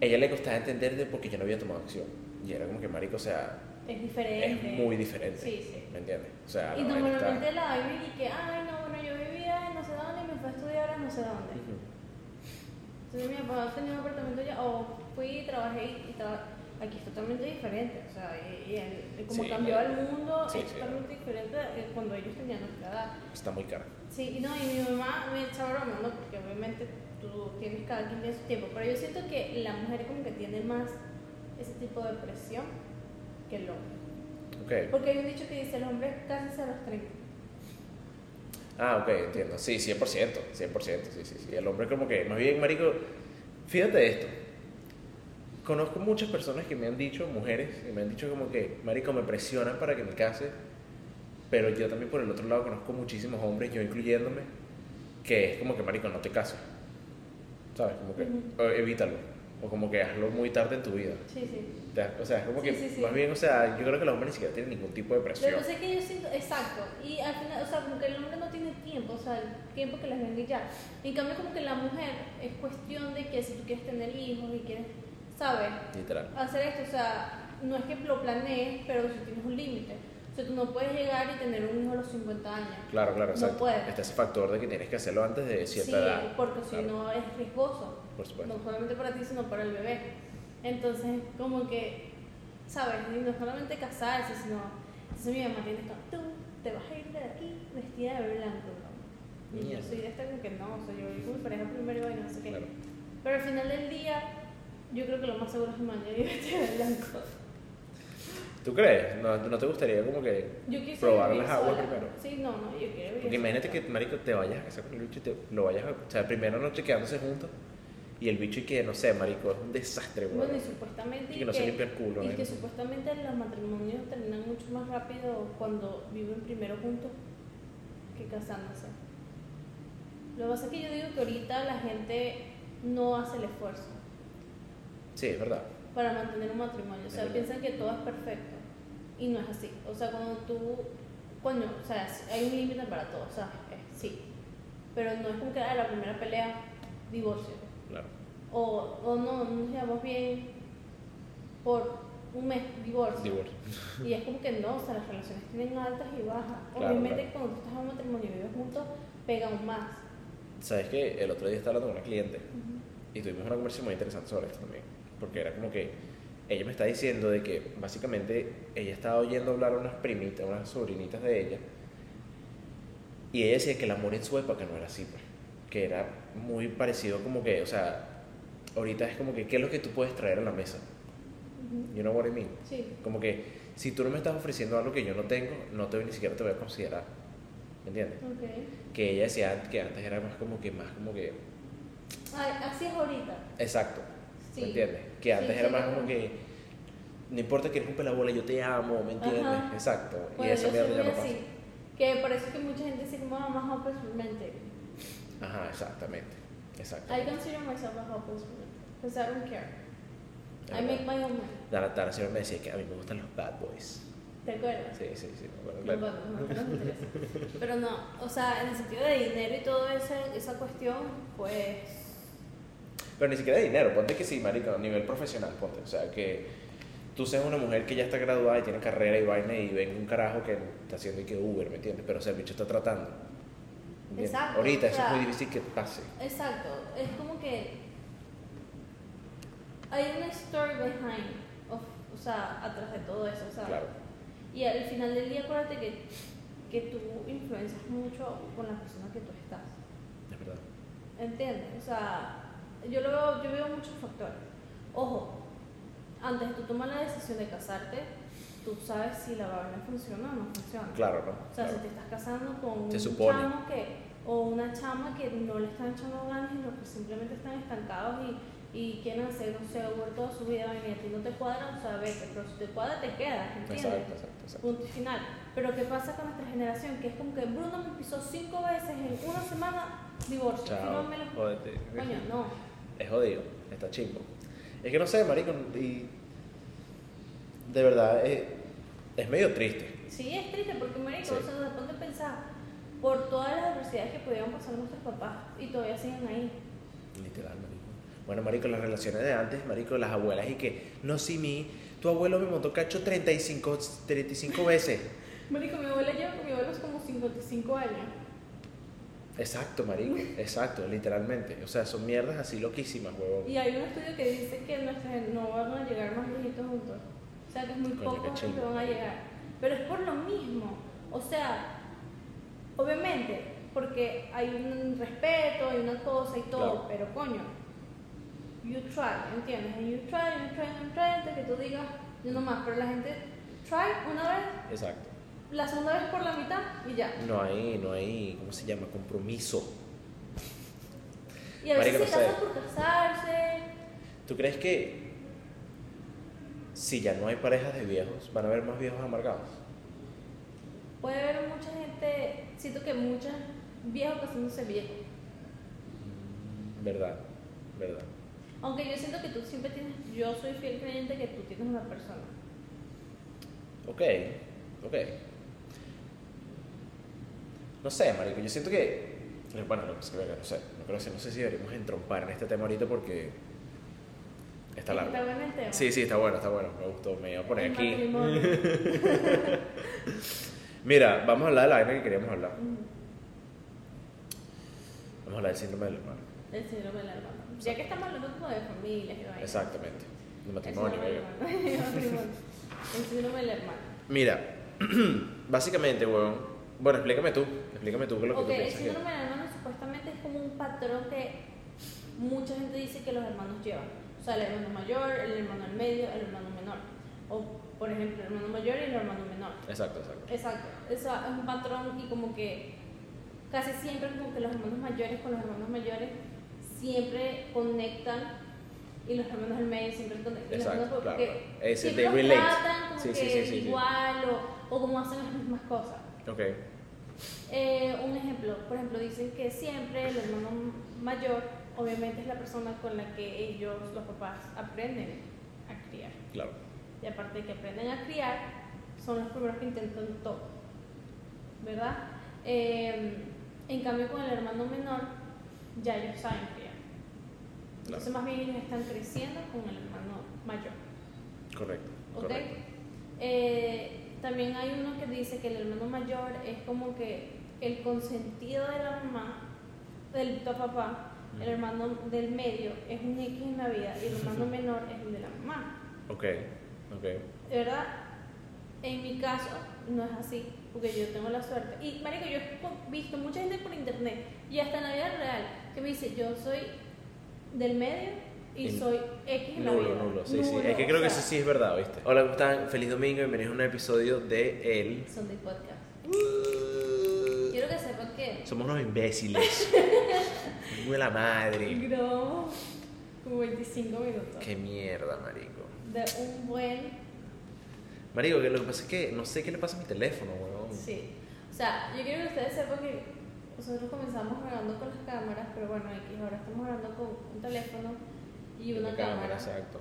Speaker 1: ella le costaba entender de por qué yo no había tomado acción. Y era como que, marico, o sea,
Speaker 2: Es
Speaker 1: es
Speaker 2: diferente.
Speaker 1: muy diferente.
Speaker 2: Sí, sí.
Speaker 1: ¿Me entiendes? O sea,
Speaker 2: Y
Speaker 1: la vaina está-
Speaker 2: normalmente la baby y que, ay, no, bueno, yo vivía en no sé dónde y me fui a estudiar a no sé dónde.
Speaker 1: Ujú.
Speaker 2: Entonces mi papá tenía un apartamento ya, o fui, trabajé y trabajé. Aquí es totalmente diferente, o sea, y, y el- como
Speaker 1: Sí,
Speaker 2: cambió el mundo,
Speaker 1: Sí,
Speaker 2: es
Speaker 1: sí.
Speaker 2: totalmente diferente eh, cuando ellos tenían nuestra edad.
Speaker 1: Está muy cara.
Speaker 2: Sí, y no, y mi mamá me estaba broma, ¿no? Porque obviamente tú tienes cada quien tiene su tiempo, pero yo siento que la mujer como que tiene más ese tipo de presión que el hombre.
Speaker 1: Ok.
Speaker 2: Porque hay un dicho que dice, el hombre casi a los 30.
Speaker 1: Ah, ok, entiendo. Sí, 100%. 100%. Sí, sí, sí. El hombre es como que, más bien, marico, fíjate esto. Conozco muchas personas que me han dicho, mujeres, que me han dicho como que, marico, me presionan para que me case, pero yo también por el otro lado conozco muchísimos hombres, yo incluyéndome, que es como que, marico, no te cases. ¿Sabes? Como que,
Speaker 2: Ujú.
Speaker 1: o evítalo. O como que hazlo muy tarde en tu vida.
Speaker 2: Sí, sí.
Speaker 1: Te das- O sea, es como
Speaker 2: Sí,
Speaker 1: que,
Speaker 2: sí, sí.
Speaker 1: más bien, o sea, yo creo que los hombres ni siquiera tienen ningún tipo de
Speaker 2: Lo que
Speaker 1: presión.
Speaker 2: pasa es que yo siento, exacto, y al final, o sea, como que el hombre no tiene tiempo, o sea, el tiempo que les venga y ya. En cambio, como que la mujer es cuestión de que si tú quieres tener hijos y quieres ¿sabes?
Speaker 1: Literal.
Speaker 2: Hacer esto, o sea, no es que lo planees, pero si tienes un límite. O sea, tú no puedes llegar y tener un hijo a los 50 años.
Speaker 1: Claro, claro,
Speaker 2: No
Speaker 1: exacto.
Speaker 2: puede.
Speaker 1: Está ese factor de que tienes que hacerlo antes de cierta
Speaker 2: sí,
Speaker 1: edad.
Speaker 2: porque si
Speaker 1: Claro,
Speaker 2: no es riesgoso.
Speaker 1: Por supuesto.
Speaker 2: No solamente para ti, sino para el bebé. Entonces, como que, ¿sabes? Y no solamente casarse, sino. Entonces mi mamá tiene esto, tú te vas a ir de aquí vestida de blanco. ¿no? Y yo
Speaker 1: Mierda.
Speaker 2: soy de esta como que no, o sea, yo vivo con mi pareja primero y no sé qué.
Speaker 1: Claro.
Speaker 2: Pero al final del día, yo creo que lo más seguro es que me vaya a ir vestida de blanco.
Speaker 1: ¿Tú crees? ¿No, no te gustaría como que
Speaker 2: Yo quise
Speaker 1: probar
Speaker 2: vivir
Speaker 1: las aguas
Speaker 2: sola.
Speaker 1: primero?
Speaker 2: Sí, no, no, yo quiero vivir
Speaker 1: Porque imagínate que,
Speaker 2: sola.
Speaker 1: marico, te vayas a casar con el bicho y te lo vayas a... O sea, primera noche quedándose juntos y el bicho y que, no sé, marico, es un desastre, güey.
Speaker 2: Bueno, y supuestamente.
Speaker 1: Y que no se limpia el culo,
Speaker 2: Y
Speaker 1: ¿eh?
Speaker 2: que supuestamente los matrimonios terminan mucho más rápido cuando viven primero juntos que casándose. Lo que pasa es que yo digo que ahorita la gente no hace el esfuerzo
Speaker 1: Sí, es verdad.
Speaker 2: para mantener un matrimonio. O sea,
Speaker 1: Es verdad.
Speaker 2: piensan que todo es perfecto. Y no es así. O sea, cuando tú. Coño, o sea, hay un límite para todo, o sea, eh, sí. Pero no es como que ah, la primera pelea, divorcio
Speaker 1: Claro.
Speaker 2: o, o no no nos llevamos bien por un mes, divorcio.
Speaker 1: Divorcio.
Speaker 2: Y es como que no, o sea, las relaciones tienen altas y bajas.
Speaker 1: Claro,
Speaker 2: Obviamente
Speaker 1: claro.
Speaker 2: cuando tú estás en un matrimonio y vives juntos, pega aún más.
Speaker 1: ¿Sabes qué? El otro día estaba hablando con una cliente y tuvimos una conversación muy interesante sobre esto también. Porque era como que ella me está diciendo de que básicamente ella estaba oyendo hablar a unas primitas, a unas sobrinitas de ella. Y ella decía que el amor en su época no era así, pues. Que era muy parecido como que, o sea, ahorita es como que, ¿qué es lo que tú puedes traer a la mesa?
Speaker 2: Ujú.
Speaker 1: You know what I mean?
Speaker 2: Sí,
Speaker 1: Como que, si tú no me estás ofreciendo algo que yo no tengo, no te, ni siquiera te voy a considerar. ¿Me entiendes?
Speaker 2: ok.
Speaker 1: Que ella decía que antes era más como que, más como que,
Speaker 2: Ay, así es ahorita.
Speaker 1: exacto.
Speaker 2: Sí.
Speaker 1: ¿Me entiendes? Que antes
Speaker 2: Sí,
Speaker 1: era
Speaker 2: sí,
Speaker 1: más
Speaker 2: claro.
Speaker 1: como que no importa que eres un pelabola, yo te amo, ¿me entiendes?
Speaker 2: Ajá.
Speaker 1: Exacto. y
Speaker 2: Bueno,
Speaker 1: esa
Speaker 2: yo soy
Speaker 1: mierda
Speaker 2: muy
Speaker 1: ya no pasa.
Speaker 2: así. Que por eso es que mucha gente dice como "Ah, más hopeless mente.
Speaker 1: Ajá, exactamente. Exacto.
Speaker 2: I consider myself a hopeless woman. Because I don't care. I
Speaker 1: Ajá.
Speaker 2: make my own mind.
Speaker 1: Dara, Dara siempre me decía que a mí me gustan los bad boys.
Speaker 2: ¿Te acuerdas?
Speaker 1: Sí, sí, sí. me acuerdo,
Speaker 2: No,
Speaker 1: claro.
Speaker 2: bueno, no, no me interesa. Pero no, o sea, en el sentido de dinero y todo eso, esa cuestión, pues.
Speaker 1: Pero ni siquiera de dinero, ponte que sí, marico, a nivel profesional, ponte. O sea, que tú seas una mujer que ya está graduada y tiene carrera y vaina y venga un carajo que está haciendo y que Uber, ¿me entiendes? Pero o sea, el bicho está tratando. ¿entiendes?
Speaker 2: Exacto,
Speaker 1: Ahorita eso
Speaker 2: o
Speaker 1: es
Speaker 2: sea-
Speaker 1: muy difícil que pase.
Speaker 2: Exacto, es como que. Hay una story behind, of- o sea, atrás de todo eso, ¿sabes?
Speaker 1: Claro.
Speaker 2: Y al final del día, acuérdate que, que tú influencias mucho con la persona que tú estás.
Speaker 1: Es verdad.
Speaker 2: ¿Entiendes? O sea, yo, lo veo, yo veo muchos factores. Ojo, antes de tú tomar la decisión de casarte, tú sabes si la vaina funciona o no funciona.
Speaker 1: Claro, ¿no?
Speaker 2: O sea,
Speaker 1: Claro.
Speaker 2: si te estás casando con un
Speaker 1: Se supone.
Speaker 2: chamo que, o una chama que no le están echando ganas, sino que simplemente están estancados y, y quieren hacer, no sé, aborto toda su vida, y a ti no te cuadra, o sea, vete, pero si te cuadra, te quedas, ¿entiendes?
Speaker 1: Exacto, exacto, exacto.
Speaker 2: Punto y final. Pero ¿qué pasa con nuestra generación? Que es como que Bruno me pisó cinco veces en una semana, divorcio.
Speaker 1: Chao.
Speaker 2: Fírmamelo.
Speaker 1: Jódete.
Speaker 2: Coño, no.
Speaker 1: Es jodido, está chingo. Es que no sé, marico, y de verdad es, es medio triste.
Speaker 2: Sí, es triste porque, marico,
Speaker 1: Sí.
Speaker 2: o sea, después de pensar por todas las adversidades que pudieron pasar nuestros papás y todavía siguen ahí.
Speaker 1: Literal, marico. Bueno, marico, las relaciones de antes, marico, las abuelas y que, no, si mi, tu abuelo me montó cacho 35, 35 veces.
Speaker 2: Marico, mi abuela lleva con mi abuelo es como 55 años.
Speaker 1: Exacto, marico, exacto, literalmente. O sea, son mierdas así loquísimas, huevón.
Speaker 2: Y hay un estudio que dice que nuestras no van a llegar más viejitos juntos. O sea, que es muy
Speaker 1: Coño, qué
Speaker 2: poco los que
Speaker 1: chingo.
Speaker 2: van a llegar. Pero es por lo mismo. O sea, obviamente, porque hay un respeto, hay una cosa y todo,
Speaker 1: Claro.
Speaker 2: pero coño, you try, ¿entiendes? And you try, you try, you try, hasta que tú digas, yo no más. Pero la gente try una vez,
Speaker 1: Exacto.
Speaker 2: la segunda vez por la mitad y ya.
Speaker 1: No hay, no hay, ¿cómo se llama? Compromiso.
Speaker 2: Y a veces
Speaker 1: Marico,
Speaker 2: se
Speaker 1: no sé.
Speaker 2: casan por casarse.
Speaker 1: ¿Tú crees que si ya no hay parejas de viejos, van a haber más viejos amargados?
Speaker 2: Puede haber mucha gente, siento que muchas viejos casándose viejos.
Speaker 1: Verdad, verdad.
Speaker 2: Aunque yo siento que tú siempre tienes, yo soy fiel creyente que tú tienes una persona.
Speaker 1: Ok, ok. No sé, marico, yo siento que... Bueno, no sé, verga, no sé, no creo, no sé si deberíamos entrompar en este tema ahorita porque... Está largo.
Speaker 2: Está bueno el tema.
Speaker 1: Sí, sí, está bueno, está bueno. Me gustó. Me iba a poner
Speaker 2: El
Speaker 1: aquí.
Speaker 2: matrimonio.
Speaker 1: Mira, vamos a hablar de la vaina que queríamos hablar.
Speaker 2: Ujú.
Speaker 1: Vamos a hablar del síndrome del hermano.
Speaker 2: El síndrome del hermano. Ya que estamos hablando como de familia, y vaina.
Speaker 1: Exactamente. De
Speaker 2: El síndrome
Speaker 1: matrimonio.
Speaker 2: del
Speaker 1: ¿eh?
Speaker 2: hermano. El matrimonio. El síndrome del hermano.
Speaker 1: Mira, básicamente, huevón. Bueno, explícame tú. Explícame tú qué es lo que
Speaker 2: Ok, el
Speaker 1: tú piensas.
Speaker 2: síndrome del hermano supuestamente es como un patrón que mucha gente dice que los hermanos llevan. O sea, el hermano mayor, el hermano del medio, el hermano menor. O, por ejemplo, el hermano mayor y el hermano menor.
Speaker 1: Que... Exacto, exacto.
Speaker 2: Exacto. O sea, es un patrón y como que casi siempre como que los hermanos mayores con los hermanos mayores siempre conectan y los hermanos del medio siempre conectan. Y los
Speaker 1: Exacto,
Speaker 2: hermanos
Speaker 1: claro,
Speaker 2: porque
Speaker 1: claro. Ese,
Speaker 2: siempre
Speaker 1: they
Speaker 2: los
Speaker 1: relate.
Speaker 2: tratan como
Speaker 1: Sí,
Speaker 2: que
Speaker 1: sí, sí, sí, sí.
Speaker 2: igual o- o como hacen las mismas cosas.
Speaker 1: Ok.
Speaker 2: Eh, un ejemplo, por ejemplo, dicen que siempre el hermano mayor, obviamente es la persona con la que ellos, los papás, aprenden a criar.
Speaker 1: Claro.
Speaker 2: Y aparte de que aprenden a criar, son los primeros que intentan todo, ¿verdad? Eh, en cambio, con el hermano menor, ya ellos saben criar. Entonces, más bien ellos están creciendo con el hermano mayor.
Speaker 1: Correcto.
Speaker 2: ¿ok?
Speaker 1: Correcto.
Speaker 2: Eh, también hay uno que dice que el hermano mayor es como que el consentido de la mamá, del tu papá, el
Speaker 1: Ujú.
Speaker 2: hermano del medio es un X en la vida y el hermano menor es el de la mamá,
Speaker 1: Ok. Ok.
Speaker 2: ¿de ¿verdad? En mi caso no es así, porque yo tengo la suerte. Y marico, yo he con- visto mucha gente por internet y hasta en la vida real que me dice yo soy del medio y
Speaker 1: En-
Speaker 2: soy X en la
Speaker 1: Nulo,
Speaker 2: vida.
Speaker 1: nulo. Sí, sí.
Speaker 2: Nulo,
Speaker 1: Es que creo
Speaker 2: o
Speaker 1: que eso
Speaker 2: sea,
Speaker 1: sí es verdad, ¿viste? Hola, ¿cómo están? Feliz domingo. Bienvenidos a un episodio de El.
Speaker 2: Son de podcast. Quiero que sepan que
Speaker 1: Somos unos imbéciles. Muy la madre.
Speaker 2: grabamos como 25 minutos
Speaker 1: Qué mierda, marico.
Speaker 2: de un buen.
Speaker 1: Marico, que lo que pasa es que no sé qué le pasa a mi teléfono, weón.
Speaker 2: Sí. O sea, yo quiero que ustedes sepan que nosotros comenzamos grabando con las cámaras, pero bueno, X, ahora estamos grabando con un teléfono y una, cámara.
Speaker 1: Exacto.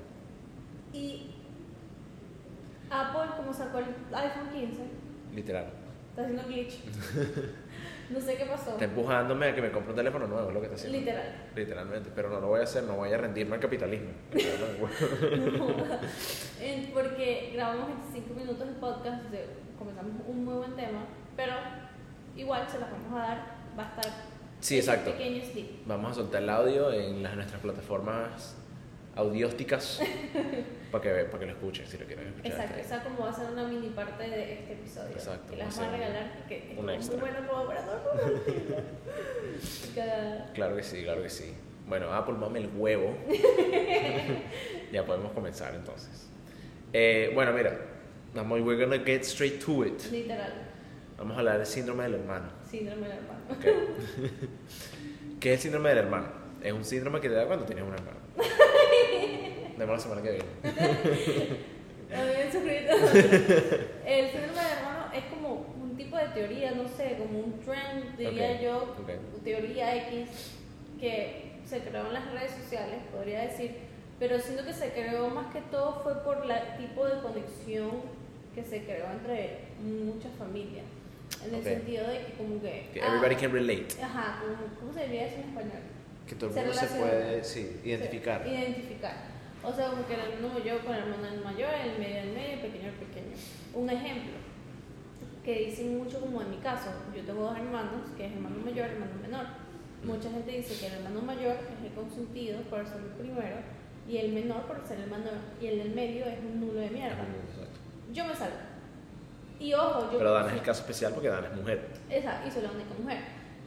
Speaker 2: Y Apple, como sacó el iPhone 15,
Speaker 1: Literal.
Speaker 2: está haciendo glitch. no sé qué pasó.
Speaker 1: Está empujándome a que me compre un teléfono nuevo, es lo que está haciendo.
Speaker 2: Literal.
Speaker 1: Literalmente. Pero no lo voy a hacer, no voy a rendirme al capitalismo.
Speaker 2: En- Porque grabamos 25 minutos de podcast, de- comenzamos un muy buen tema, pero igual se las vamos a dar, va a estar
Speaker 1: Sí,
Speaker 2: en
Speaker 1: exacto.
Speaker 2: pequeños tips.
Speaker 1: Vamos a soltar el audio en las, nuestras plataformas audiósticas para que, para que lo escuchen si lo quieren escuchar.
Speaker 2: Exacto,
Speaker 1: Está
Speaker 2: esa como va a ser una mini parte de este episodio.
Speaker 1: Exacto,
Speaker 2: Que las
Speaker 1: va a
Speaker 2: vamos a
Speaker 1: ser
Speaker 2: regalar porque
Speaker 1: un
Speaker 2: es
Speaker 1: extra.
Speaker 2: muy bueno como operador. Que-
Speaker 1: bien. Claro que sí, claro que sí. Bueno, Apple, mame el huevo. ya podemos comenzar entonces. Eh, bueno, mira. Vamos, we're gonna get straight to it.
Speaker 2: Literal,
Speaker 1: Vamos a hablar del síndrome del hermano.
Speaker 2: síndrome del hermano.
Speaker 1: Ok. ¿Qué es el síndrome del hermano? Es un síndrome que te da cuando tienes un hermano. Demos la semana que viene.
Speaker 2: También suscrito. El síndrome de hermano es como un tipo de teoría, no sé, como un trend, diría
Speaker 1: Ok,
Speaker 2: yo,
Speaker 1: ok.
Speaker 2: teoría X, que se creó en las redes sociales, podría decir, pero siento que se creó más que todo fue por el tipo de conexión que se creó entre muchas familias. En el
Speaker 1: Ok.
Speaker 2: sentido de que como que...
Speaker 1: Que
Speaker 2: ah,
Speaker 1: everybody can relate.
Speaker 2: Ajá, como, ¿cómo se diría eso en español?
Speaker 1: Que todo el
Speaker 2: Se
Speaker 1: mundo se
Speaker 2: relaciona.
Speaker 1: puede sí, identificar.
Speaker 2: Sí, identificar. O sea, como que el hermano mayor con el hermano del mayor, el medio del medio, el pequeño el pequeño. Un ejemplo que dicen mucho, como en mi caso, yo tengo dos hermanos, que es hermano mayor y hermano menor. Mucha gente dice que el hermano mayor es el consentido por ser el primero y el menor por ser el menor y el del medio es un nulo de mierda. Yo me salgo. Y ojo, yo
Speaker 1: Pero Dan es el caso especial porque Dan es mujer.
Speaker 2: esa, y soy la única mujer.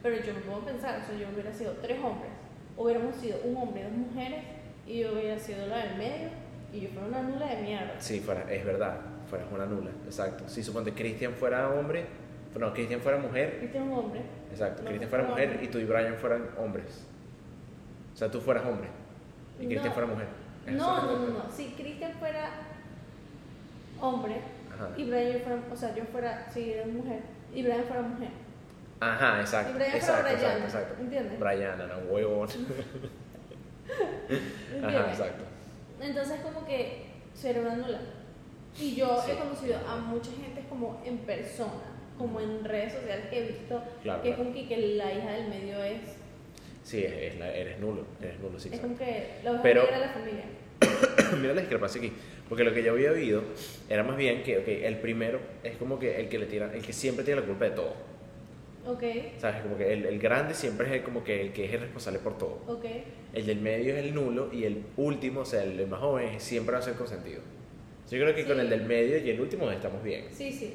Speaker 2: Pero yo me puedo pensar, o sea, yo hubiera sido tres hombres, hubiéramos sido un hombre y dos mujeres, y yo hubiera sido la del medio, y yo fuera una nula de mierda.
Speaker 1: Sí, fuera, es verdad. Fuera una nula. Exacto. Si suponte Christian fuera hombre, no, Christian fuera mujer.
Speaker 2: Cristian es un hombre,
Speaker 1: Exacto.
Speaker 2: No,
Speaker 1: Christian fuera
Speaker 2: no.
Speaker 1: mujer y tú y Brian fueran hombres. O sea, tú fueras hombre y Christian
Speaker 2: No.
Speaker 1: fuera mujer. Eso
Speaker 2: No,
Speaker 1: es lo
Speaker 2: no,
Speaker 1: que-
Speaker 2: no, no. Si Cristian fuera hombre
Speaker 1: Ajá.
Speaker 2: y Brian fuera, o sea, yo fuera, sí, era mujer y Brian fuera mujer.
Speaker 1: Ajá, exacto.
Speaker 2: Y Brian
Speaker 1: exacto,
Speaker 2: fuera
Speaker 1: exacto,
Speaker 2: Brian,
Speaker 1: exacto.
Speaker 2: ¿entiendes?
Speaker 1: Brian, no, huevón.
Speaker 2: ¿entiendes?
Speaker 1: Ajá, exacto.
Speaker 2: Entonces como que ser una nula. Y yo
Speaker 1: Sí.
Speaker 2: he conocido a mucha gente como en persona, como en redes sociales que he visto
Speaker 1: Claro,
Speaker 2: que es
Speaker 1: claro.
Speaker 2: como que, que la hija del medio es,
Speaker 1: Sí, es, es la- eres nulo, eres nulo, sí,
Speaker 2: es
Speaker 1: exacto.
Speaker 2: como que la oveja
Speaker 1: Pero-
Speaker 2: negra de la familia.
Speaker 1: mira la discrepancia aquí. Porque lo que yo había oído era más bien que, ok, el primero es como que el que le tira, el que siempre tiene la culpa de todo.
Speaker 2: Ok,
Speaker 1: ¿Sabes? Como que el, el grande siempre es el, como que el que es el responsable por todo.
Speaker 2: ok.
Speaker 1: El del medio es el nulo y el último, o sea, el más joven, siempre va a ser consentido. Yo creo que con
Speaker 2: Sí.
Speaker 1: el del medio y el último estamos bien.
Speaker 2: Sí, sí.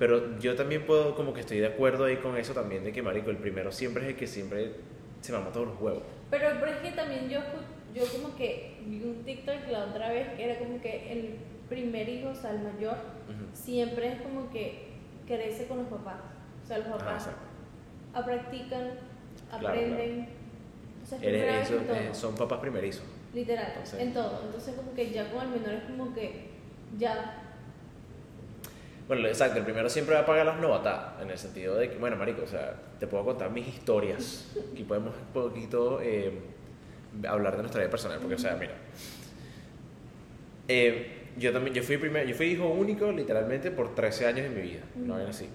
Speaker 1: Pero yo también puedo, como que estoy de acuerdo ahí con eso también, de que Marico, el primero siempre es el que siempre se mama todos los huevos.
Speaker 2: Pero, pero es que también yo, escu- yo como que vi un TikTok la otra vez que era como que el primer hijo, o sea, el mayor,
Speaker 1: Ujú.
Speaker 2: siempre es como que crece con los papás. O sea, los
Speaker 1: Ajá,
Speaker 2: papás
Speaker 1: Ah, exacto.
Speaker 2: a- practican,
Speaker 1: claro.
Speaker 2: aprenden. O sea, es
Speaker 1: Eres-
Speaker 2: primera vez
Speaker 1: eso-
Speaker 2: en todo.
Speaker 1: eh, son papás primerizos.
Speaker 2: literal,
Speaker 1: entonces-
Speaker 2: en todo. Entonces como que ya con el menor es como que ya,
Speaker 1: Bueno, exacto, el primero siempre va a pagar las novatadas, en el sentido de que, bueno, marico, o sea, te puedo contar mis historias, y podemos un poquito eh, hablar de nuestra vida personal, porque, o sea, mira, eh, yo también, yo fui primer, yo fui hijo único, literalmente, por 13 años de mi vida, no era así.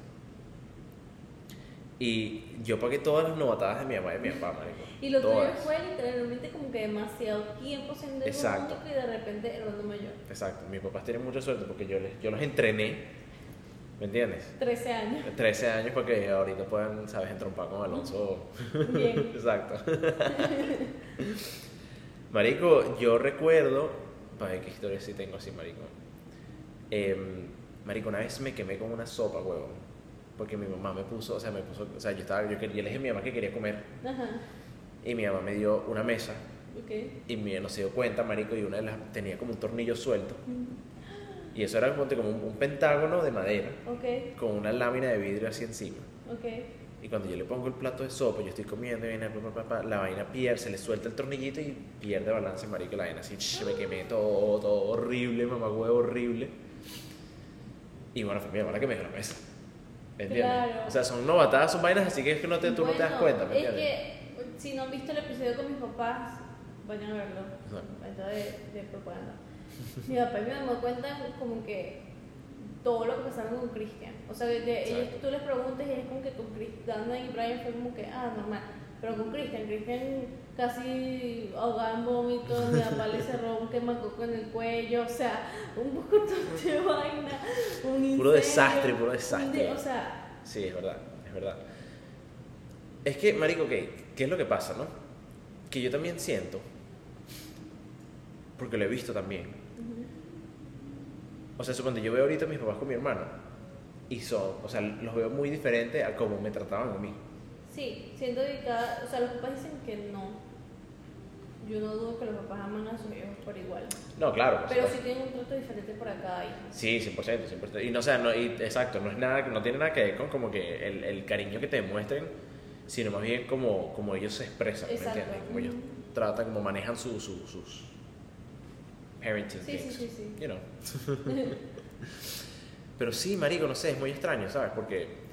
Speaker 1: Y yo pagué todas las novatadas de mi mamá y de mi papá, marico.
Speaker 2: Y lo tuyo
Speaker 1: todas.
Speaker 2: fue literalmente como que demasiado tiempo siendo el
Speaker 1: Exacto.
Speaker 2: único y de repente hermano mayor.
Speaker 1: Exacto, mis papás tienen mucha suerte porque yo, les, yo los entrené, ¿me entiendes?
Speaker 2: 13 años.
Speaker 1: 13 años para que ahorita puedan, sabes, entrompar con Alonso.
Speaker 2: Bien.
Speaker 1: Exacto. marico, yo recuerdo. Para ver qué historia sí tengo así, marico. Em, marico, una vez me quemé con una sopa, huevón. Porque mi mamá me puso, o sea, me puso, o sea, yo estaba, yo, quería- yo le dije a mi mamá que quería comer.
Speaker 2: Ajá.
Speaker 1: Y mi mamá me dio una mesa.
Speaker 2: Ok.
Speaker 1: Y mi no se dio cuenta, marico, y una de las tenía como un tornillo suelto. Y eso era ponte, como un- un pentágono de madera
Speaker 2: Ok,
Speaker 1: con una lámina de vidrio así encima.
Speaker 2: ok.
Speaker 1: Y cuando yo le pongo el plato de sopa, yo estoy comiendo y vaina, pa, pa, pa, pa, la vaina pierde, se le suelta el tornillito y pierde balance, marico, la vaina así, ch, me quemé todo, todo horrible, mamá huevo horrible. Y bueno, fue mi hermana que me dio la mesa. ¿Me ¿Entiendes?
Speaker 2: Claro.
Speaker 1: O sea, son novatadas, son vainas, así que es que no te, tú no te das
Speaker 2: Bueno,
Speaker 1: cuenta, ¿me
Speaker 2: Es
Speaker 1: entiendes?
Speaker 2: que si no han visto el episodio con mis papás, vayan a verlo.
Speaker 1: Exacto.
Speaker 2: Esto de, de propaganda. Mi papá y mi mamá cuentan como que todo lo que pasaron con Cristian. O sea, de, de- ellos-
Speaker 1: Exacto.
Speaker 2: tú les preguntas y es como que con Cristian y Brian fue como que, ah, normal. Pero con Cristian, Cristian casi ahogado en vómitos, mi papá le cerró un quemacoco en el cuello, o sea, un poco de vaina, un
Speaker 1: Puro
Speaker 2: incendio,
Speaker 1: desastre, puro
Speaker 2: un de-
Speaker 1: desastre.
Speaker 2: o sea,
Speaker 1: Sí, es verdad, es verdad. Es que, marico, ok, ¿qué es lo que pasa, no? Que yo también siento, porque lo he visto también, O sea, supongo, yo veo ahorita a mis papás con mi hermano y son, o sea, los veo muy diferente a cómo me trataban a mí.
Speaker 2: Sí, siento que cada. O sea, los papás dicen que no. Yo no dudo que los papás aman a sus hijos por igual.
Speaker 1: No, claro. por
Speaker 2: Pero sí
Speaker 1: supuesto.
Speaker 2: tienen un trato diferente para cada hijo.
Speaker 1: sí, 100%, 100%. Y no, o sea, no, y, exacto, no es nada, no tiene nada que ver con como que el, el cariño que te demuestren, sino más bien como, como ellos se expresan, ¿me
Speaker 2: Exacto. Mm.
Speaker 1: entiendes? Como ellos
Speaker 2: Ujú.
Speaker 1: tratan, como manejan su- su- sus parenting
Speaker 2: Sí, sí,
Speaker 1: things,
Speaker 2: sí, sí.
Speaker 1: you know. Pero sí, marico, no sé, es muy extraño, ¿sabes? Porque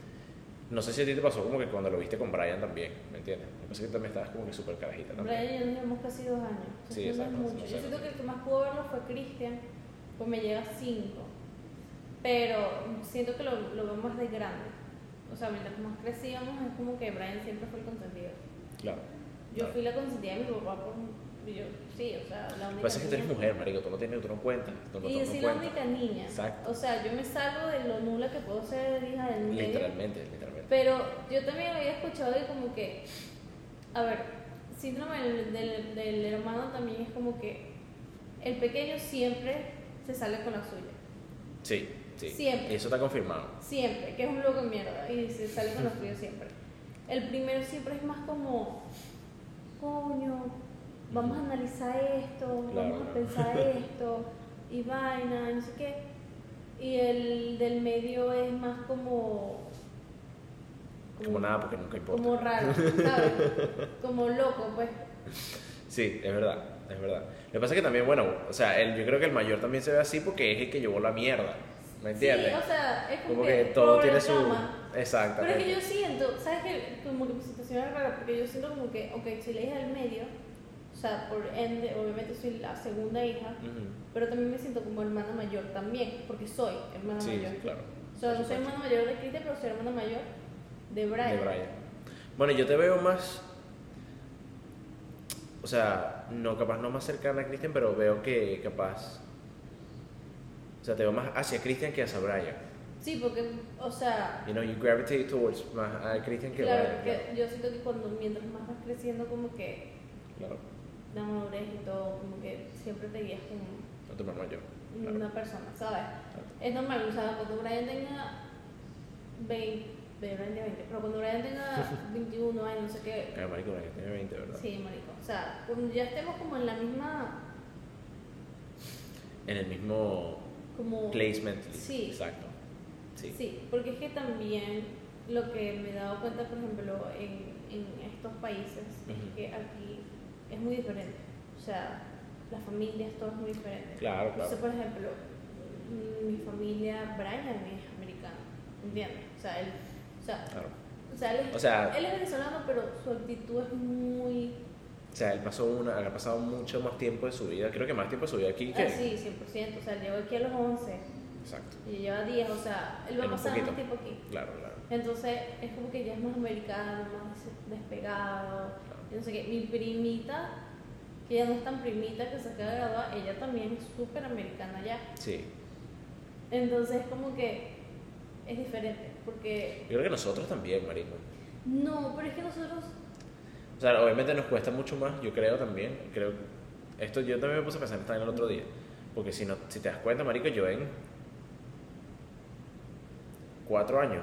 Speaker 1: no sé si a ti te pasó como que cuando lo viste con Brian también, ¿me entiendes? Me parece que también estabas como que súper carajita también.
Speaker 2: Brian y yo nos llevamos casi dos años.
Speaker 1: Sí,
Speaker 2: Entonces, no es
Speaker 1: exacto,
Speaker 2: mucho.
Speaker 1: sí,
Speaker 2: Yo
Speaker 1: exacto.
Speaker 2: siento que el que más pudo verlo fue Cristian, pues me lleva cinco. Pero siento que lo, lo veo más de grande. O sea, mientras más crecíamos, es como que Brian siempre fue el consentido.
Speaker 1: Claro.
Speaker 2: Yo
Speaker 1: Claro.
Speaker 2: fui la consentida de mi papá por. y Yo, sí, o sea, la única.
Speaker 1: Lo que pasa es que tú eres
Speaker 2: niña.
Speaker 1: mujer, marico, tú no tienes, tú no cuentas, tú no,
Speaker 2: Y
Speaker 1: tú
Speaker 2: yo
Speaker 1: no
Speaker 2: soy la
Speaker 1: cuentas.
Speaker 2: única niña.
Speaker 1: Exacto.
Speaker 2: O sea, yo me salgo de lo nula que puedo ser hija del medio.
Speaker 1: Literalmente, literalmente.
Speaker 2: Pero yo también había escuchado de como que, a ver, síndrome del, del- del hermano también es como que el pequeño siempre se sale con la suya.
Speaker 1: Sí, sí.
Speaker 2: Siempre.
Speaker 1: Y eso está confirmado.
Speaker 2: Siempre, que es un loco de mierda y se sale con los suyos siempre. El primero siempre es más como, coño, vamos a analizar esto,
Speaker 1: Claro.
Speaker 2: vamos a pensar esto, y vaina, y no sé qué. Y el del medio es más como.
Speaker 1: Como nada, porque nunca importa.
Speaker 2: Como raro, ¿sabes? como loco, pues.
Speaker 1: Sí, es verdad, es verdad. Lo que pasa es que también, bueno, o sea, el, yo creo que el mayor también se ve así porque es el que llevó la mierda. ¿Me entiendes?
Speaker 2: Sí, o sea, es como,
Speaker 1: como que todo tiene
Speaker 2: pobre
Speaker 1: su.
Speaker 2: drama.
Speaker 1: Exacto.
Speaker 2: Pero es que yo siento, ¿sabes qué? Como que mi situación es rara, porque yo siento como que, ok, soy la hija del medio, o sea, por ende, obviamente soy la segunda hija, pero también me siento como hermana mayor también, porque soy hermana
Speaker 1: Sí,
Speaker 2: mayor.
Speaker 1: sí, claro.
Speaker 2: O sea,
Speaker 1: Por
Speaker 2: no soy
Speaker 1: supuesto.
Speaker 2: hermana mayor de Cristian, pero soy hermana mayor de Brian.
Speaker 1: De Brian. Bueno, yo te veo más. o sea, no, capaz no más cercana a Christian, pero veo que capaz. O sea, te veo más hacia Christian que hacia Brian.
Speaker 2: Sí, porque, o sea,
Speaker 1: You know, you gravitate towards más a Christian que a
Speaker 2: claro,
Speaker 1: Brian.
Speaker 2: porque yo siento que cuando mientras más vas creciendo, como que
Speaker 1: Claro,
Speaker 2: la madurez y todo, como que siempre te guías con
Speaker 1: no te yo. Claro.
Speaker 2: una persona, ¿sabes? Es normal, o sea, cuando Brian tenga 20, Brian tenga 20, pero cuando Brian tenga 21 años, no sé qué,
Speaker 1: Ah, marico, Brian tiene 20, ¿verdad?
Speaker 2: Sí, marico. O sea, cuando ya estemos como en la misma.
Speaker 1: En el mismo
Speaker 2: Como,
Speaker 1: placement.
Speaker 2: Sí.
Speaker 1: Exacto. Sí.
Speaker 2: Sí, porque es que también lo que me he dado cuenta, por ejemplo, en, en estos países, es
Speaker 1: Ujú.
Speaker 2: que aquí es muy diferente. O sea, las familias, todo es muy diferente.
Speaker 1: Claro, claro.
Speaker 2: Entonces, por ejemplo, mi familia, Brian es americano, ¿entiendes? O sea, él, o sea,
Speaker 1: Claro.
Speaker 2: o sea, él, es-
Speaker 1: O sea-
Speaker 2: él es venezolano, pero su actitud es muy...
Speaker 1: O sea, él pasó una, él ha pasado mucho más tiempo de su vida, creo que más tiempo de su vida aquí que.
Speaker 2: así, 100%. O sea, él llegó aquí a los 11.
Speaker 1: Exacto.
Speaker 2: Y lleva 10, o sea, él va a
Speaker 1: En un
Speaker 2: pasar más
Speaker 1: poquito.
Speaker 2: tiempo aquí.
Speaker 1: Claro, claro.
Speaker 2: Entonces es como que ya es más americano, más despegado. y no sé qué. Mi primita, que ya no es tan primita, que se acaba de graduar, ella también es súper americana ya.
Speaker 1: Sí.
Speaker 2: Entonces es como que es diferente, porque
Speaker 1: Yo creo que nosotros también, marico.
Speaker 2: no, pero es que nosotros,
Speaker 1: O sea, obviamente nos cuesta mucho más, yo creo también. Creo esto yo también me puse a pensar también el otro día, porque si no si te das cuenta, marico, yo en cuatro años